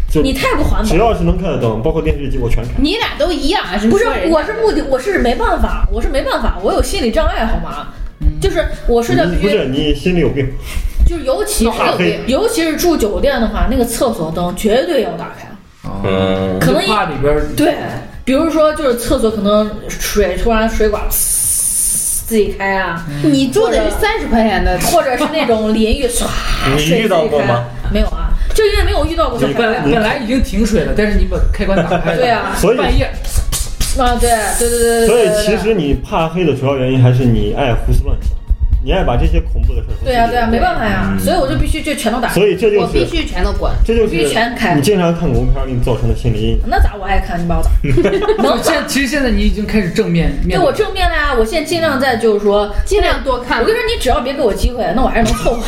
[SPEAKER 2] 就
[SPEAKER 3] 你太不环保
[SPEAKER 2] 只。要是能开的灯，包括电视机，我全开。
[SPEAKER 5] 你俩都一样啊？是
[SPEAKER 3] 不是
[SPEAKER 5] 说，人
[SPEAKER 3] 我是目的，我是没办法，我是没办法，我有心理障碍，好吗？就是我睡觉
[SPEAKER 2] 你
[SPEAKER 3] 必
[SPEAKER 2] 嗯不
[SPEAKER 3] 须
[SPEAKER 2] 是你心里有病，
[SPEAKER 3] 就是尤其是
[SPEAKER 2] 怕黑
[SPEAKER 3] 尤其是住酒店的话，那个厕所灯绝对要打开，
[SPEAKER 6] 嗯，
[SPEAKER 3] 可能
[SPEAKER 7] 就怕里边儿
[SPEAKER 3] 对，比如说就是厕所可能水突然水管呲自己开啊，
[SPEAKER 5] 你住的是三十块钱的，
[SPEAKER 3] 或者是那种淋浴 唰，
[SPEAKER 6] 你
[SPEAKER 3] 水
[SPEAKER 6] 遇到过吗
[SPEAKER 3] 自己开？没有啊，就因为没有遇到过就
[SPEAKER 7] 本来本来已经停水了，但是你把开关打开，
[SPEAKER 3] 对啊
[SPEAKER 2] 所以
[SPEAKER 7] 半夜
[SPEAKER 3] 啊，对对对对对对，
[SPEAKER 2] 所以
[SPEAKER 3] 对
[SPEAKER 2] 其实你怕黑的主要原因还是你爱胡思乱想，你爱把这些恐怖的事儿。
[SPEAKER 3] 对呀对呀，啊没办法
[SPEAKER 2] 嗯
[SPEAKER 3] 呀，所以我就必须就全都打开。
[SPEAKER 2] 所以这就
[SPEAKER 5] 我必
[SPEAKER 2] 是
[SPEAKER 5] 须全都关。
[SPEAKER 2] 这就
[SPEAKER 3] 必须
[SPEAKER 2] 是
[SPEAKER 3] 全开
[SPEAKER 2] 你经常看恐怖片儿给你造成的心理阴影。
[SPEAKER 3] 那咋我爱看你把我打开？
[SPEAKER 7] 能现其实现在你已经开始正面面
[SPEAKER 3] 对我正面啦、我现在尽量在就是说
[SPEAKER 5] 尽量多看
[SPEAKER 3] 我跟你说，你只要别给我机会，那我还是能凑 合。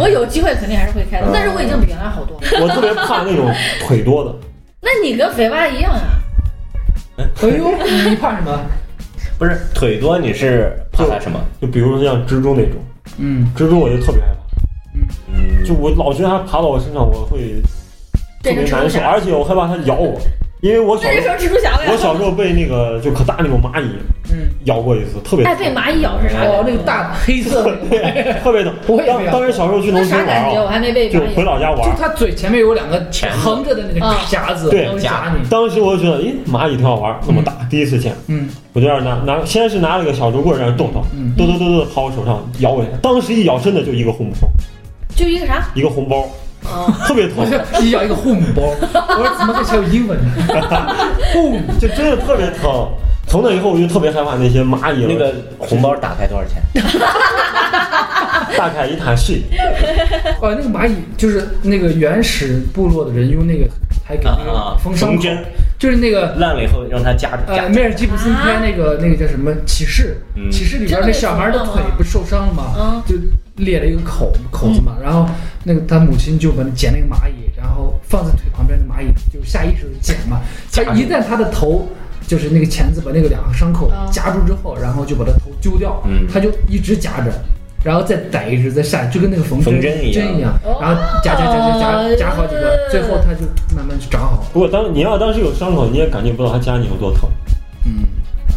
[SPEAKER 3] 我有机会肯定还是会
[SPEAKER 2] 嗯
[SPEAKER 3] 开的，但是我已经比原来好多了。
[SPEAKER 2] 我特别怕那种腿多的，
[SPEAKER 3] 那你跟肥八一样啊？
[SPEAKER 7] 哎呦，你怕什么？
[SPEAKER 6] 不是腿多，你是怕它什么？
[SPEAKER 2] 就比如说像蜘蛛那种，
[SPEAKER 7] 嗯，
[SPEAKER 2] 蜘蛛我就特别害怕，
[SPEAKER 6] 嗯，
[SPEAKER 2] 就我老觉得它爬到我身上，我会特
[SPEAKER 3] 变
[SPEAKER 2] 别
[SPEAKER 3] 成成
[SPEAKER 2] 难受，
[SPEAKER 3] 啥？
[SPEAKER 2] 而且我害怕它咬我。因为我小
[SPEAKER 3] 那就
[SPEAKER 2] 时
[SPEAKER 3] 说
[SPEAKER 2] 候
[SPEAKER 3] 蜘蛛侠呗。
[SPEAKER 2] 我小时候被那个就可大那种蚂蚁
[SPEAKER 7] 嗯，
[SPEAKER 2] 咬过一次，特别
[SPEAKER 3] 哎，
[SPEAKER 2] 疼，
[SPEAKER 3] 被蚂蚁咬是啥感觉？
[SPEAKER 9] 哦，那个大黑色的，
[SPEAKER 2] 对，特别疼。
[SPEAKER 7] 我也
[SPEAKER 2] 当
[SPEAKER 7] 没有
[SPEAKER 2] 当时小时候去农
[SPEAKER 3] 那
[SPEAKER 2] 村
[SPEAKER 3] 啥
[SPEAKER 2] 玩
[SPEAKER 3] 感觉？我
[SPEAKER 2] 啊，
[SPEAKER 3] 还没被
[SPEAKER 2] 就
[SPEAKER 3] 蚂蚁
[SPEAKER 2] 回老家
[SPEAKER 7] 就
[SPEAKER 2] 玩，
[SPEAKER 7] 它嘴前面有两个
[SPEAKER 6] 钳子
[SPEAKER 7] 横着的那
[SPEAKER 3] 啊
[SPEAKER 7] 个夹子，
[SPEAKER 2] 对
[SPEAKER 7] 它会夹你。
[SPEAKER 2] 当时我就觉得，咦，蚂蚁挺好玩，那么大，第一次见，
[SPEAKER 7] 嗯
[SPEAKER 2] 我就让拿拿，先是拿了个小竹棍儿让人动动，
[SPEAKER 7] 嗯
[SPEAKER 2] 剁剁剁剁薅我手上咬我一下，当时一咬真的就一个红包，
[SPEAKER 3] 就一个啥？
[SPEAKER 2] 一个红包，
[SPEAKER 3] 哦，
[SPEAKER 2] 特别
[SPEAKER 7] 我
[SPEAKER 2] 疼，
[SPEAKER 7] 就一咬一个 home 包，我说怎么这才有英文呢？
[SPEAKER 2] 痛，就真的特别疼，疼了以后我就特别害怕那些蚂蚁了，
[SPEAKER 6] 那个红包打开多少钱？
[SPEAKER 2] 大概一塔戏，
[SPEAKER 7] 哦，那个蚂蚁就是那个原始部落的人用那个还给那个啊封伤
[SPEAKER 6] 缝
[SPEAKER 7] 口，
[SPEAKER 6] 针
[SPEAKER 7] 就是那个
[SPEAKER 6] 烂了以后让它夹着夹着。
[SPEAKER 7] 呃梅尔吉普森拍那个那个叫什么骑士，
[SPEAKER 6] 嗯
[SPEAKER 7] 骑士里边那小孩的腿不受伤了吗
[SPEAKER 3] 嗯？
[SPEAKER 7] 就裂了一个口口子嘛，然后那个他母亲就把那捡那个蚂蚁，然后放在腿旁边的蚂蚁就下意识的捡 嘛，他
[SPEAKER 6] 夹住
[SPEAKER 7] 一旦他的头。就是那个钳子把那个两个伤口夹住之后，然后就把他头揪掉，
[SPEAKER 6] 嗯
[SPEAKER 7] 他就一直夹着，然后再逮一只再下，就跟那个缝
[SPEAKER 6] 缝针
[SPEAKER 7] 针
[SPEAKER 6] 一样
[SPEAKER 7] 一样，然后夹夹夹夹夹夹好几个，最后他就慢慢就长好了。
[SPEAKER 2] 不过当你要当时有伤口，你也感觉不到它夹你有多疼。
[SPEAKER 7] 嗯，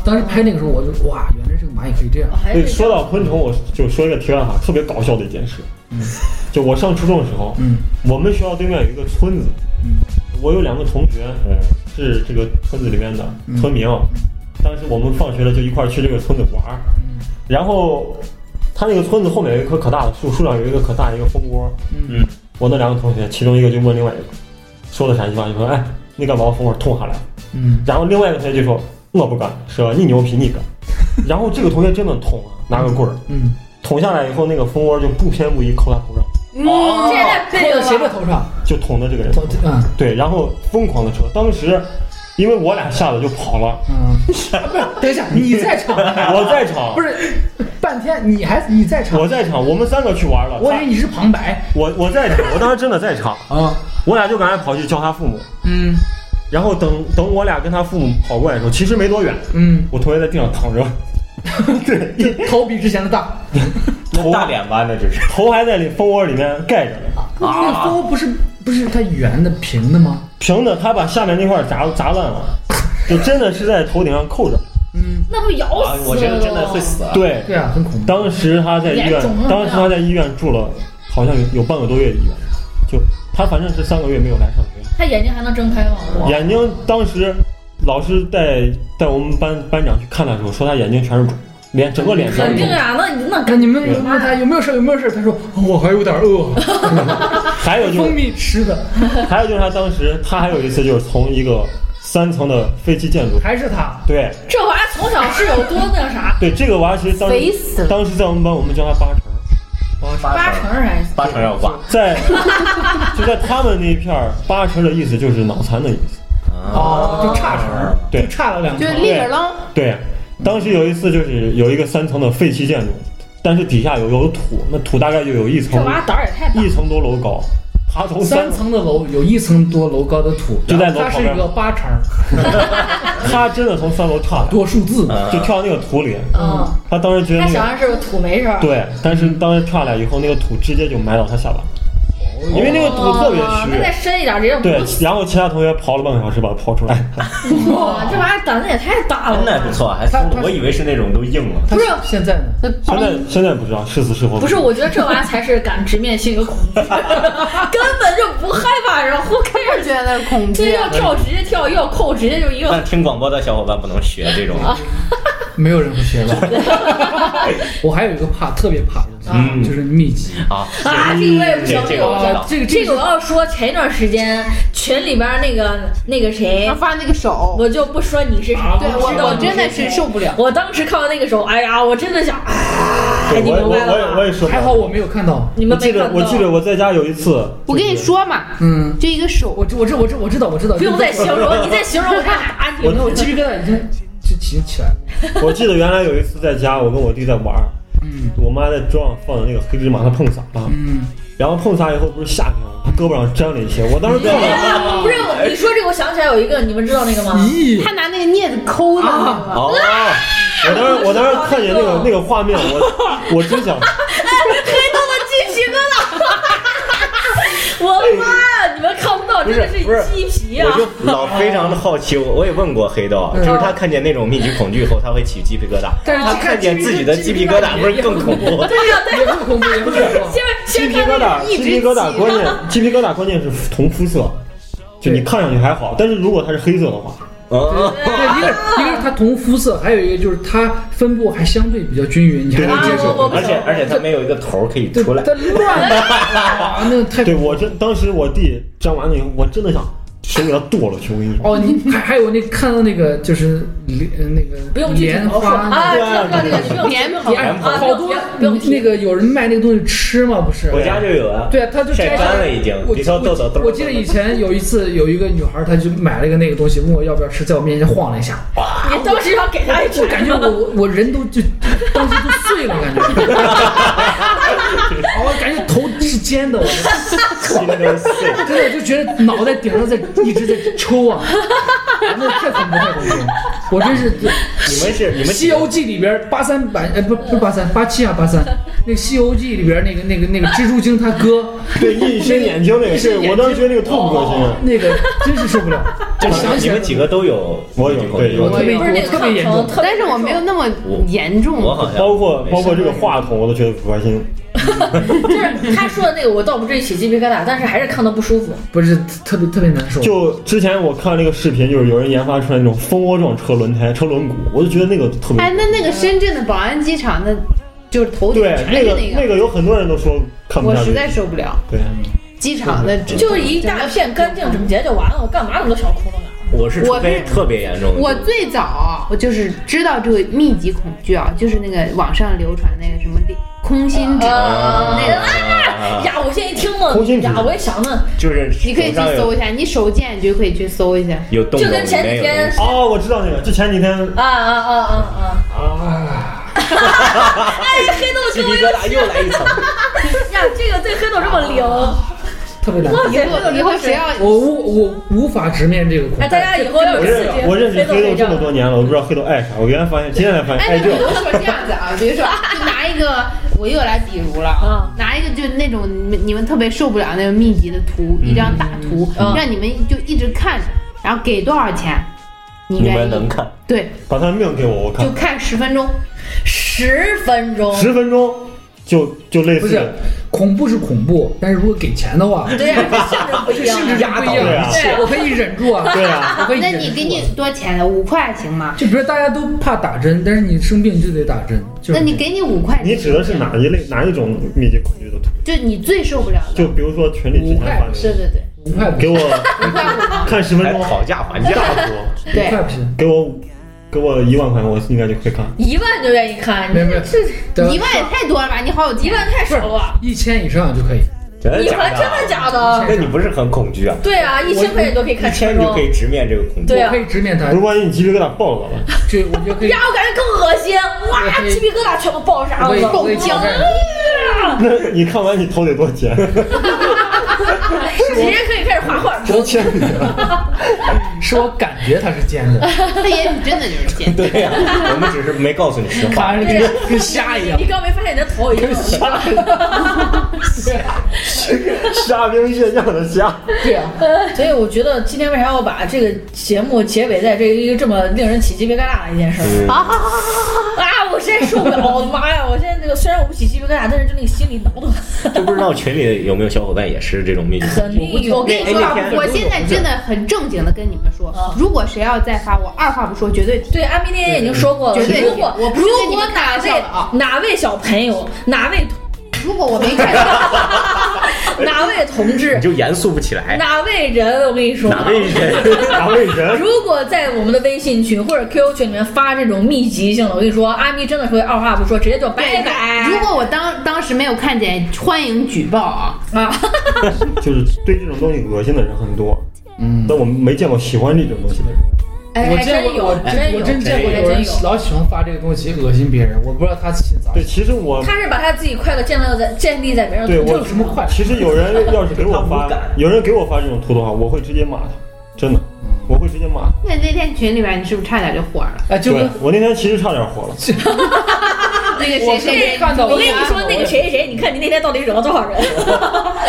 [SPEAKER 7] 当时拍那个时候，我就哇，原来这个蚂蚁可以这样
[SPEAKER 3] 哦。还
[SPEAKER 2] 对，
[SPEAKER 3] 是
[SPEAKER 2] 说到昆虫，我就说一个题外话，特别搞笑的一件事。
[SPEAKER 6] 嗯
[SPEAKER 2] 就我上初中的时候，
[SPEAKER 7] 嗯
[SPEAKER 2] 我们学校对面有一个村子，
[SPEAKER 7] 嗯
[SPEAKER 2] 我有两个同学
[SPEAKER 6] 嗯，
[SPEAKER 2] 是这个村子里面的
[SPEAKER 7] 嗯
[SPEAKER 2] 村民。哦当时我们放学了就一块儿去这个村子玩儿，
[SPEAKER 7] 嗯
[SPEAKER 2] 然后他那个村子后面有一棵可大的树，树上有一个可大的一个蜂窝。
[SPEAKER 7] 嗯
[SPEAKER 2] 我那两个同学，其中一个就问另外一个，说了啥一句话，就说：“哎，你敢把我蜂窝捅下来？”
[SPEAKER 7] 嗯，
[SPEAKER 2] 然后另外一个同学就说：“我不敢，说你牛皮，你敢。” 然后这个同学真的捅啊，拿个棍儿。
[SPEAKER 7] 嗯，
[SPEAKER 2] 捅下来以后，那个蜂窝就不偏不倚扣他头上，
[SPEAKER 5] 嗯，
[SPEAKER 7] 扣在谁的头上？
[SPEAKER 2] 就捅到这个人头
[SPEAKER 7] 头
[SPEAKER 2] 上。
[SPEAKER 7] 嗯
[SPEAKER 2] 对，然后疯狂的扯。当时因为我俩吓得就跑 了，
[SPEAKER 7] 嗯，等一下，你在场？
[SPEAKER 2] 我在场，
[SPEAKER 7] 不是，半天你还你在场？
[SPEAKER 2] 我在场，我们三个去玩了。
[SPEAKER 7] 我以为你是旁白
[SPEAKER 2] 他我我在场，我当时真的在场，
[SPEAKER 7] 啊。
[SPEAKER 2] 我俩就赶快跑去叫他父母。
[SPEAKER 7] 嗯
[SPEAKER 2] 然后等等我俩跟他父母跑过来的时候，其实没多远，
[SPEAKER 7] 嗯，
[SPEAKER 2] 我同学在地上躺着， 对，一
[SPEAKER 7] 头比之前的大。
[SPEAKER 2] 头
[SPEAKER 6] 大脸吧，那就是。
[SPEAKER 2] 头还在里蜂窝里面盖着呢，
[SPEAKER 7] 那那个风不是不是它圆的平的吗？
[SPEAKER 2] 平的，他把下面那块砸砸烂了，就真的是在头顶上扣着。
[SPEAKER 7] 嗯，
[SPEAKER 3] 那不咬
[SPEAKER 6] 啊
[SPEAKER 3] 死了？，
[SPEAKER 6] 我这个真的会死啊！
[SPEAKER 2] 对，
[SPEAKER 7] 对啊，很恐怖。
[SPEAKER 2] 当时他在医
[SPEAKER 3] 脸
[SPEAKER 2] 院
[SPEAKER 3] 肿了，
[SPEAKER 2] 当时他在医院住了，好像有有半个多月的医院，就他反正是三个月没有来上学，
[SPEAKER 3] 他眼睛还能睁开吗？
[SPEAKER 2] 眼睛当时老师带带我们班班长去看他的时候，说他眼睛全是肿，脸整个脸全
[SPEAKER 3] 肯
[SPEAKER 2] 是
[SPEAKER 3] 定
[SPEAKER 2] 肿，
[SPEAKER 3] 啊，那那
[SPEAKER 7] 那你们问他有没有事儿？有没有事儿？他说我还有点饿，
[SPEAKER 2] 还有就
[SPEAKER 7] 蜂
[SPEAKER 2] 是
[SPEAKER 7] 蜜吃的，
[SPEAKER 2] 还有就是他当时他还有一次就是从一个三层的飞机建筑，
[SPEAKER 7] 还是他。
[SPEAKER 2] 对
[SPEAKER 3] 这娃从小是有多那啥？
[SPEAKER 2] 对，这个娃其实当
[SPEAKER 5] 肥死
[SPEAKER 2] 时
[SPEAKER 5] 了
[SPEAKER 2] 当时在我们班我们叫他八成，
[SPEAKER 3] 八成还是？
[SPEAKER 6] 八成要挂
[SPEAKER 2] 在 就在他们那片儿八成的意思就是脑残的意思，
[SPEAKER 7] 哦，就差成儿，
[SPEAKER 2] 对
[SPEAKER 7] 就差了两
[SPEAKER 5] 就
[SPEAKER 7] 成儿。
[SPEAKER 5] 立着扔，
[SPEAKER 2] 对，当时有一次就是有一个三层的废弃建筑，但是底下有有土，那土大概就有一
[SPEAKER 3] 这
[SPEAKER 2] 层
[SPEAKER 3] 娃胆儿也太大。
[SPEAKER 2] 一层多楼高，他从
[SPEAKER 7] 三
[SPEAKER 2] 三，
[SPEAKER 7] 层的楼有一层多楼高的土，
[SPEAKER 2] 就在楼
[SPEAKER 7] 它
[SPEAKER 2] 旁
[SPEAKER 7] 是
[SPEAKER 2] 边
[SPEAKER 7] 一个八成儿
[SPEAKER 2] 他真的从三楼跳下
[SPEAKER 7] 多数字嘛。
[SPEAKER 2] 来，就跳到那个土里，
[SPEAKER 3] 嗯，
[SPEAKER 2] 他当时觉得
[SPEAKER 3] 他
[SPEAKER 2] 那
[SPEAKER 3] 想
[SPEAKER 2] 个
[SPEAKER 3] 的是土没事儿。
[SPEAKER 2] 对，但是当时跳下来以后，那个土直接就埋到他下巴，因为那个土特别
[SPEAKER 3] 哦那再
[SPEAKER 2] 虚。
[SPEAKER 3] 深一点，人家
[SPEAKER 2] 对
[SPEAKER 3] 不死。，
[SPEAKER 2] 然后其他同学刨了半个小时把它刨出 来，
[SPEAKER 3] 哇，这玩意儿胆子也太大了
[SPEAKER 6] 真。的不错，还松了。我以为是那种都硬了。
[SPEAKER 7] 它
[SPEAKER 3] 不是啊
[SPEAKER 7] 现在呢？
[SPEAKER 2] 现在现在不知道是死是活。
[SPEAKER 3] 不是，我觉得这娃才是敢直面心理恐惧， 根本就不害怕，然后开
[SPEAKER 5] 就
[SPEAKER 3] 始
[SPEAKER 5] 觉得恐
[SPEAKER 3] 这
[SPEAKER 5] 惧。啊
[SPEAKER 3] 要
[SPEAKER 2] 啊
[SPEAKER 3] 跳直接跳，要扣直接就一
[SPEAKER 6] 那
[SPEAKER 3] 个。
[SPEAKER 6] 听广播的小伙伴不能学这种，
[SPEAKER 7] 没有人 会学吧？我还有一个怕，特别怕的东西，
[SPEAKER 6] 嗯
[SPEAKER 7] 就是密集。
[SPEAKER 6] 啊
[SPEAKER 3] 啊，这个我也不行，
[SPEAKER 6] 这
[SPEAKER 3] 这
[SPEAKER 6] 个
[SPEAKER 3] 个
[SPEAKER 6] 我
[SPEAKER 3] 我
[SPEAKER 6] 知道
[SPEAKER 7] 啊，这个
[SPEAKER 3] 这
[SPEAKER 7] 这
[SPEAKER 3] 个我要说，前一段时间群里边那个那个谁
[SPEAKER 2] 啊
[SPEAKER 5] 然，后发那个手，
[SPEAKER 3] 我就不说你是啥，
[SPEAKER 5] 对哦啊
[SPEAKER 3] 我
[SPEAKER 5] 我
[SPEAKER 3] 知道
[SPEAKER 5] 我
[SPEAKER 3] 你
[SPEAKER 5] 真的是
[SPEAKER 3] 谁
[SPEAKER 5] 受不了。
[SPEAKER 3] 我当时看到那个时候，哎呀，我真的想，哎，
[SPEAKER 2] 对
[SPEAKER 3] 你
[SPEAKER 2] 我也
[SPEAKER 3] 明
[SPEAKER 2] 我
[SPEAKER 3] 白
[SPEAKER 2] 也
[SPEAKER 3] 了
[SPEAKER 2] 我
[SPEAKER 3] 吧？
[SPEAKER 2] 也说不了，
[SPEAKER 7] 还好我没有看到。
[SPEAKER 3] 你
[SPEAKER 2] 我
[SPEAKER 3] 们没
[SPEAKER 2] 记
[SPEAKER 3] 看
[SPEAKER 2] 得
[SPEAKER 3] 到，
[SPEAKER 2] 我记得我在家有一次，
[SPEAKER 5] 我跟你说嘛，
[SPEAKER 7] 嗯，
[SPEAKER 5] 就一个手
[SPEAKER 7] 我，知我知我知我知道我知道。
[SPEAKER 3] 不用再形容，你再形容我还打 你
[SPEAKER 7] 我。那我鸡皮疙瘩已经就起起来了。
[SPEAKER 2] 我记得原来有一次在家，我跟我弟在玩儿，
[SPEAKER 7] 嗯
[SPEAKER 2] 我妈在桌上放的那个黑芝麻，她碰洒了，
[SPEAKER 7] 嗯，
[SPEAKER 2] 然后碰洒以后不是夏天了，她胳膊上沾了一些，我当时掉了，
[SPEAKER 3] 不是，我你说这个，我想起来有一个，你们知道那个吗？
[SPEAKER 7] 咦，
[SPEAKER 5] 他拿那个镊子抠的，
[SPEAKER 6] 哦，
[SPEAKER 2] 我当时我当时看见那 个那个画面，我我真 想，
[SPEAKER 3] 黑到了鸡皮疙瘩。我的妈呀！你们看不到，
[SPEAKER 6] 不是不是
[SPEAKER 3] 鸡皮
[SPEAKER 6] 我
[SPEAKER 3] 啊！
[SPEAKER 6] 就老非常的好奇，我我也问过黑豆，就是他看见那种密集恐惧后，他会起鸡皮疙瘩，
[SPEAKER 7] 但是
[SPEAKER 6] 他看见自己的鸡皮疙瘩不是更恐怖？
[SPEAKER 3] 对呀，
[SPEAKER 7] 也不恐怖，也不恐 怖。
[SPEAKER 2] 鸡皮疙瘩，鸡皮疙瘩，关键鸡皮疙瘩关键是同肤色，就你看上去还好，但是如果它是黑色的话，
[SPEAKER 6] 嗯，
[SPEAKER 7] 啊对，一个 是一个是它同肤色，还有一个就是它分布还相对比较均匀，你还能接
[SPEAKER 3] 啊我
[SPEAKER 7] 受。
[SPEAKER 3] 我
[SPEAKER 6] 而且而且他没有一个头儿可以
[SPEAKER 7] 对，
[SPEAKER 6] 出来，
[SPEAKER 7] 它乱 的，啊，那太
[SPEAKER 2] 对我真当时我弟粘完了以后，我真的想手给他剁了去，我跟你说。
[SPEAKER 7] 哦，你还还有那看到那个就是莲呃那个
[SPEAKER 3] 不用去剪
[SPEAKER 7] 莲
[SPEAKER 3] 头发
[SPEAKER 7] 花
[SPEAKER 3] 啊，
[SPEAKER 2] 对
[SPEAKER 3] 知
[SPEAKER 2] 啊
[SPEAKER 3] 道知道这个
[SPEAKER 2] 对
[SPEAKER 3] 不用
[SPEAKER 5] 棉
[SPEAKER 3] 不
[SPEAKER 5] 袍
[SPEAKER 3] 用
[SPEAKER 7] 哎
[SPEAKER 3] 啊
[SPEAKER 7] 好多
[SPEAKER 3] 不用提
[SPEAKER 7] 那个有人卖那个东西吃嘛，不是？
[SPEAKER 6] 我家就有啊，
[SPEAKER 7] 对啊，他就
[SPEAKER 6] 晒
[SPEAKER 7] 摘下
[SPEAKER 6] 干
[SPEAKER 7] 来
[SPEAKER 6] 了已经
[SPEAKER 7] 我
[SPEAKER 6] 里头
[SPEAKER 7] 我
[SPEAKER 6] 豆豆豆
[SPEAKER 7] 我记得以前有一次有一个女孩，她就买了一个那个东西，问我要不要吃，在我面前晃了一下，
[SPEAKER 3] 你当时要给他一
[SPEAKER 7] 我感觉 我我我人都就当时就碎了，感觉。我感觉头是尖的，我
[SPEAKER 6] 心都碎。
[SPEAKER 7] 真的就觉得脑袋顶上在一直在抽啊，那太恐怖太恐怖了，我真是。
[SPEAKER 6] 你们是你们
[SPEAKER 7] 《西游记》里边八三版，呃，不不是八三，八七啊八三，那个《西游记》里边那个那个那个蜘蛛精他哥，
[SPEAKER 2] 对，一伸眼睛那个，是我当时觉得那个特不
[SPEAKER 6] 哦
[SPEAKER 2] 恶心。
[SPEAKER 7] 那个真是受不 了，
[SPEAKER 6] 就
[SPEAKER 7] 我
[SPEAKER 6] 是
[SPEAKER 7] 想起
[SPEAKER 6] 你
[SPEAKER 7] 来
[SPEAKER 6] 们几个都有，
[SPEAKER 2] 我有对有
[SPEAKER 7] 我特别
[SPEAKER 3] 不是那
[SPEAKER 7] 我
[SPEAKER 3] 个
[SPEAKER 7] 特别严重
[SPEAKER 3] 抗，
[SPEAKER 5] 但是我没有那么严重。
[SPEAKER 6] 我好像
[SPEAKER 2] 包括
[SPEAKER 6] 没事
[SPEAKER 2] 包括这个话筒，我都觉得不开心。
[SPEAKER 3] 就是他说的那个，我倒不至于起鸡皮疙瘩，但是还是看的不舒服。
[SPEAKER 7] 不是特别特别难受。
[SPEAKER 2] 就之前我看那个视频，就是有人研发出来那种蜂窝状车轮胎、车轮毂，我就觉得那个特别
[SPEAKER 5] 哎，。那那个深圳的宝安机场的，就是头顶
[SPEAKER 2] 对，
[SPEAKER 5] 全
[SPEAKER 2] 那
[SPEAKER 5] 是
[SPEAKER 2] 个
[SPEAKER 5] 那
[SPEAKER 2] 那个有很多人都说看不
[SPEAKER 5] 我
[SPEAKER 2] 下去
[SPEAKER 5] 实。在受不了。
[SPEAKER 2] 对，
[SPEAKER 5] 机场的就
[SPEAKER 3] 就是一大片干净整洁就完了，我干嘛那么多小窟窿啊？
[SPEAKER 6] 我是除
[SPEAKER 5] 我
[SPEAKER 6] 非
[SPEAKER 5] 是
[SPEAKER 6] 特别严重的，
[SPEAKER 5] 我最早我就是知道这个密集恐惧啊，就是那个网上流传那个什么地空心纸，
[SPEAKER 3] 啊哎
[SPEAKER 5] 那个
[SPEAKER 6] 啊
[SPEAKER 3] 呀，我现在一听呢
[SPEAKER 2] 空心，纸
[SPEAKER 3] 呀，我也想呢，
[SPEAKER 6] 就是
[SPEAKER 5] 你可以去
[SPEAKER 6] 手上有
[SPEAKER 5] 搜一下，你手贱你就可以去搜一下。
[SPEAKER 6] 有动
[SPEAKER 3] 就
[SPEAKER 6] 作，
[SPEAKER 3] 跟前几
[SPEAKER 6] 里面有
[SPEAKER 3] 天
[SPEAKER 6] 东西
[SPEAKER 2] 哦，我知道那个，就前几天
[SPEAKER 3] 啊啊啊啊啊！ 哎，黑豆
[SPEAKER 6] 鸡
[SPEAKER 3] 听
[SPEAKER 6] 皮
[SPEAKER 3] 我
[SPEAKER 6] 疙瘩又来一层。
[SPEAKER 3] 呀，这个对黑豆这么灵，
[SPEAKER 7] 特别难受。
[SPEAKER 3] 哇塞，
[SPEAKER 5] 以后
[SPEAKER 3] 以
[SPEAKER 5] 以
[SPEAKER 3] 后
[SPEAKER 5] 后谁要
[SPEAKER 7] 我无我无法直面这个恐
[SPEAKER 3] 哎，大家
[SPEAKER 7] 惧。
[SPEAKER 3] 以后要有
[SPEAKER 2] 我
[SPEAKER 3] 刺
[SPEAKER 2] 认
[SPEAKER 3] 激，
[SPEAKER 2] 我认识黑
[SPEAKER 3] 黑
[SPEAKER 2] 豆
[SPEAKER 3] 豆
[SPEAKER 2] 这么多年了，我不知道黑豆爱啥。我原 来发现，今天才发
[SPEAKER 5] 哎，
[SPEAKER 2] 现爱
[SPEAKER 5] 那比
[SPEAKER 2] 这
[SPEAKER 5] 如。说这样子啊，比如说就拿一个，我又来比如了啊，拿一个就那种你们你们特别受不了那种密集的图，一张大图，让你们就一直看着，然后给多少钱，你
[SPEAKER 6] 你
[SPEAKER 5] 愿
[SPEAKER 6] 们
[SPEAKER 5] 意
[SPEAKER 6] 能？看？
[SPEAKER 5] 对，
[SPEAKER 2] 把他的命给我，我看
[SPEAKER 5] 就看十分钟，
[SPEAKER 3] 十分钟，
[SPEAKER 2] 十分钟就就类
[SPEAKER 7] 不
[SPEAKER 2] 似
[SPEAKER 7] 是
[SPEAKER 2] 的，
[SPEAKER 7] 恐怖是恐怖，但是如果给钱的话，
[SPEAKER 3] 对呀，这性质不一样
[SPEAKER 7] 性质就不一
[SPEAKER 2] 对
[SPEAKER 7] 样
[SPEAKER 2] 啊。
[SPEAKER 7] 我可以忍住啊，
[SPEAKER 2] 对啊
[SPEAKER 7] 我可以
[SPEAKER 5] 那
[SPEAKER 7] 忍住啊。
[SPEAKER 5] 你给你多钱的五块行吗？
[SPEAKER 7] 就比如大家都怕打针，但是你生病就得打针。就是
[SPEAKER 5] 那你给你五块，
[SPEAKER 2] 你指的是哪一类哪一种密集恐惧的图？
[SPEAKER 5] 就你最受不了的，
[SPEAKER 2] 就比如说群里之前发那
[SPEAKER 5] 对
[SPEAKER 2] 个，
[SPEAKER 5] 对对，
[SPEAKER 7] 五块
[SPEAKER 2] 给
[SPEAKER 7] 给
[SPEAKER 5] 五
[SPEAKER 2] 我
[SPEAKER 5] 块五毛，
[SPEAKER 2] 看十分
[SPEAKER 6] 还
[SPEAKER 2] 钟
[SPEAKER 6] 讨价还价，
[SPEAKER 2] 大图，
[SPEAKER 7] 五
[SPEAKER 5] 对
[SPEAKER 7] 块皮，
[SPEAKER 2] 给我给我一万块，我应该就可以看。
[SPEAKER 3] 一万就愿意看，
[SPEAKER 7] 没有没有
[SPEAKER 3] 这这
[SPEAKER 7] 对
[SPEAKER 5] 一万也太多了吧？你好有
[SPEAKER 3] 一
[SPEAKER 5] 钱，
[SPEAKER 3] 万太少了，
[SPEAKER 7] 一千以上就可以。
[SPEAKER 6] 真的
[SPEAKER 3] 一
[SPEAKER 6] 假
[SPEAKER 3] 万真的
[SPEAKER 6] 的？
[SPEAKER 3] 假的？
[SPEAKER 6] 那你不是很恐惧啊？
[SPEAKER 3] 对啊，一千块钱都可以看
[SPEAKER 6] 一
[SPEAKER 3] 十
[SPEAKER 6] 天
[SPEAKER 3] 分
[SPEAKER 6] 你就
[SPEAKER 3] 钟
[SPEAKER 6] 可。以直面这个恐惧。
[SPEAKER 3] 对
[SPEAKER 7] 我
[SPEAKER 3] 啊
[SPEAKER 7] 可以直面它
[SPEAKER 2] 不，是万一你鸡皮疙瘩爆了吧？
[SPEAKER 7] 就我就可以
[SPEAKER 3] 呀，，我感觉更恶心，哇，鸡皮疙瘩全部爆
[SPEAKER 7] 我
[SPEAKER 3] 上
[SPEAKER 7] 可以
[SPEAKER 3] 了，
[SPEAKER 7] 我可以挑战。
[SPEAKER 2] 那你看完你头得多 尖？
[SPEAKER 3] 直接可以开始画画。
[SPEAKER 7] 标签，啊 是我感觉它是尖 的，
[SPEAKER 5] 他也许真的就是钱。
[SPEAKER 6] 对呀，我们只是没告诉你实话。
[SPEAKER 7] 反正跟跟虾一样
[SPEAKER 3] 你。刚没发现你的头已经
[SPEAKER 7] 啊
[SPEAKER 2] 虾兵蟹将的虾，
[SPEAKER 7] 对啊，
[SPEAKER 3] 所以我觉得今天为啥要把这个节目结尾在这一个这么令人起鸡皮疙瘩的一件事儿？啊啊！我实在受不了，我的妈呀！我现在这个虽然我不起鸡皮疙瘩，但是就那个心里挠挠。
[SPEAKER 6] 就不知道群里有没有小伙伴也是这种密集恐
[SPEAKER 3] 肯
[SPEAKER 6] 惧。
[SPEAKER 3] 定有，我跟你说
[SPEAKER 6] 那
[SPEAKER 3] 啊
[SPEAKER 6] 天，
[SPEAKER 5] 我现在真的很正经的跟你们说，
[SPEAKER 3] 嗯
[SPEAKER 5] 如果谁要再发，我二话不说绝对停。
[SPEAKER 3] 对，阿咪那天已经说过了。
[SPEAKER 5] 绝对
[SPEAKER 3] 如果
[SPEAKER 5] 我不是
[SPEAKER 3] 如
[SPEAKER 5] 跟你
[SPEAKER 3] 果
[SPEAKER 5] 们开玩
[SPEAKER 3] 哪位
[SPEAKER 5] 笑的啊
[SPEAKER 3] 哪位小朋友，哪位
[SPEAKER 5] 如果我没看到，
[SPEAKER 3] 哪位同
[SPEAKER 6] 你
[SPEAKER 3] 志，
[SPEAKER 6] 就严肃不起来。
[SPEAKER 3] 哪位人，我跟你说，
[SPEAKER 6] 哪位人？
[SPEAKER 2] 哪位 人？
[SPEAKER 3] 如果在我们的微信群或者 QQ 群里面发这种密集性的，我跟你说，阿咪真的会二话不说，直接就 拜拜。
[SPEAKER 5] 如果我当当时没有看见，欢迎举报啊！
[SPEAKER 3] 啊，
[SPEAKER 2] 就是对这种东西恶心的人很多，嗯，但我们没见过喜欢这种东西的人。
[SPEAKER 3] 哎，
[SPEAKER 7] 我
[SPEAKER 3] 还
[SPEAKER 7] 见
[SPEAKER 3] 真
[SPEAKER 7] 过，
[SPEAKER 3] 有，
[SPEAKER 7] 我
[SPEAKER 3] 真有，
[SPEAKER 7] 我真见过
[SPEAKER 3] 还
[SPEAKER 7] 有
[SPEAKER 3] 真
[SPEAKER 7] 人
[SPEAKER 3] 哎有。
[SPEAKER 7] 老喜欢发这个东西恶心别人，我不知道他信啥。
[SPEAKER 2] 对，，其实我
[SPEAKER 3] 他是把他自己快乐建立在建立在别人
[SPEAKER 2] 对
[SPEAKER 3] 的
[SPEAKER 2] 我
[SPEAKER 7] 有什么快
[SPEAKER 2] 其实有人要是给我
[SPEAKER 6] 他
[SPEAKER 2] 发
[SPEAKER 6] 无感，
[SPEAKER 2] 有人给我发这种图的话，我会直接骂他，真的，我会直接骂他。
[SPEAKER 5] 那那天群里面，你是不是差点就火了？
[SPEAKER 7] 哎，就
[SPEAKER 2] 对
[SPEAKER 7] 跟，
[SPEAKER 2] 我那天其实差点火了。
[SPEAKER 5] 那个
[SPEAKER 3] 啊
[SPEAKER 5] 谁
[SPEAKER 3] 我
[SPEAKER 5] 谁谁
[SPEAKER 3] 看到
[SPEAKER 5] 注
[SPEAKER 3] 我
[SPEAKER 5] 意
[SPEAKER 3] 跟你
[SPEAKER 5] 啊
[SPEAKER 3] 说，那个谁谁谁，你看你那天到底惹了多少人？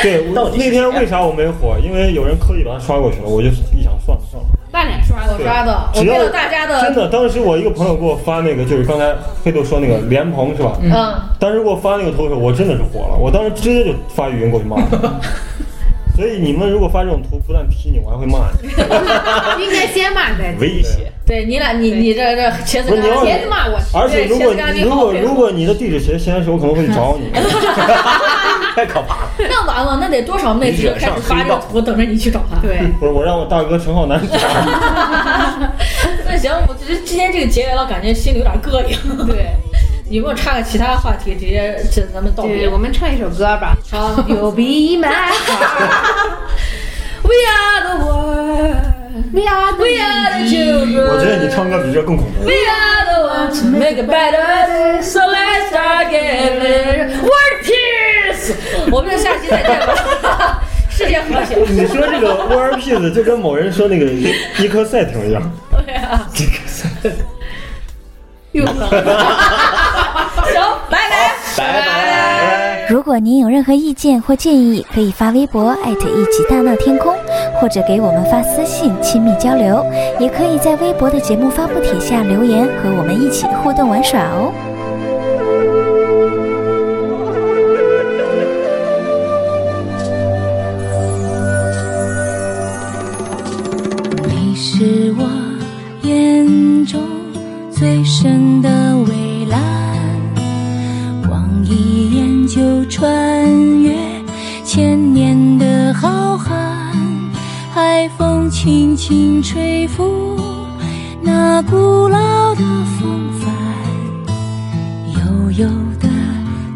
[SPEAKER 2] 对， 我那天为啥我没火？因为有人刻意把它刷过去了，我就一想算了算了。
[SPEAKER 5] 烂脸刷的
[SPEAKER 3] 我刷的， 我
[SPEAKER 2] 只要
[SPEAKER 3] 看到大家
[SPEAKER 2] 真
[SPEAKER 3] 的，
[SPEAKER 2] 的，当时我一个朋友给我发那个，就是刚才黑豆说那个莲蓬是吧？
[SPEAKER 3] 嗯，
[SPEAKER 2] 当时给我发那个头的时候，我真的是火了，我当时直接就发语音过去骂他。所以你们如果发这种图，不但批你，我还会骂你。
[SPEAKER 5] 应该先骂再提
[SPEAKER 6] 威胁。
[SPEAKER 3] 对你俩，你你这这茄子
[SPEAKER 2] 不是 你要
[SPEAKER 5] 茄子骂我，
[SPEAKER 2] 而且如果
[SPEAKER 3] 对先跟他
[SPEAKER 2] 你
[SPEAKER 3] 对
[SPEAKER 2] 如
[SPEAKER 3] 好
[SPEAKER 2] 果
[SPEAKER 3] 别
[SPEAKER 2] 如果你的地址写西安市，我可能会去找你。
[SPEAKER 6] 太可怕了！
[SPEAKER 3] 那完了，那得多少妹子就开始发这个图，等着你去找 他。
[SPEAKER 5] 对，
[SPEAKER 2] 不是我让我大哥陈浩南找。
[SPEAKER 3] 那行，我觉得今天这个结尾了，感觉心里有点膈应。对，有没有插个其他话题，直接这咱们道别
[SPEAKER 5] 对，？我们唱一首歌吧。好，You be my heart，We are the world，We are the
[SPEAKER 3] We are the children.
[SPEAKER 2] 我觉得你唱歌比这更恐怖。
[SPEAKER 3] We are the ones to make it better. So let's start giving world peace. 我们就下期再见吧。 世界和谐。
[SPEAKER 2] 你说这个 War Piece 就跟某人说那个一颗赛艇一样。
[SPEAKER 3] 对啊，
[SPEAKER 5] 又冷，
[SPEAKER 3] 行，拜拜。
[SPEAKER 6] 拜拜。
[SPEAKER 9] 如果您有任何意见或建议，可以发微博艾特一起大闹天空，或者给我们发私信亲密交流，也可以在微博的节目发布帖下留言，和我们一起互动玩耍哦。
[SPEAKER 8] 你是我眼中最深的蔚蓝，望一眼就穿越千年的浩瀚。海风轻轻吹拂那古老的风帆，悠悠的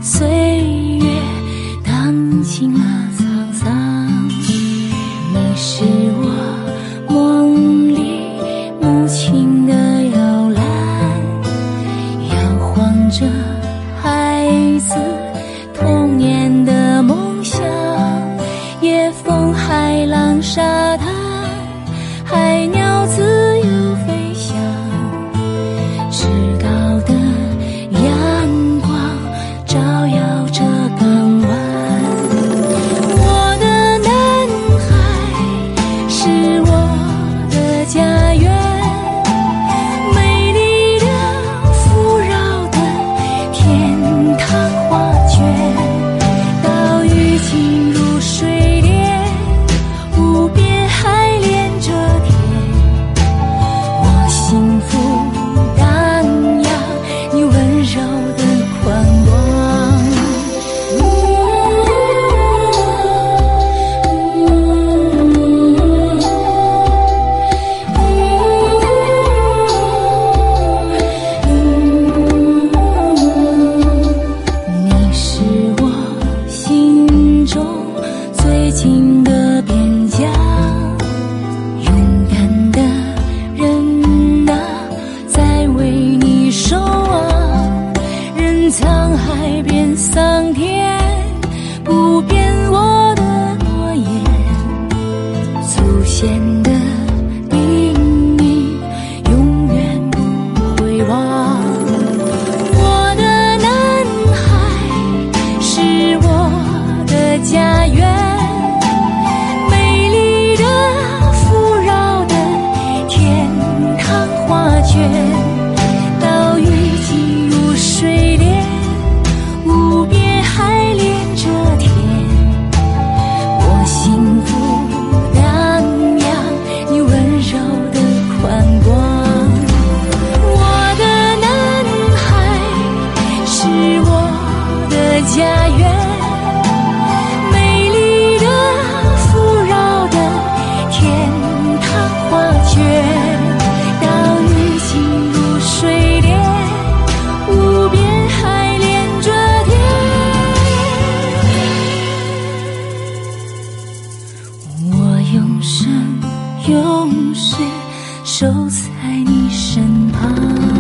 [SPEAKER 8] 岁月荡进了沧桑。你是我梦里母亲的摇篮，摇晃着孩子童年的梦想。夜风、海浪、沙滩，海鸟自由飞翔。至高的阳光照耀着港湾。我的南海是我的家园，美丽的富饶的天堂画卷，岛屿进入水帘，无边海连着天。我幸福荡漾，你温柔的宽广。你是我心中最近的边疆。勇敢的人啊，在为你守望。任沧海变桑田，不变我的诺言。祖先的定义，永远不会忘。我的南海是我的家园。美丽的、富饶的天堂画卷，岛屿进入水帘，无边海连着天。我幸福荡漾，你温柔的宽广。我的南海是我的家园。美丽的、富饶的天堂画卷，岛屿进入水帘，无边海连着天。我永生永世守在你身旁。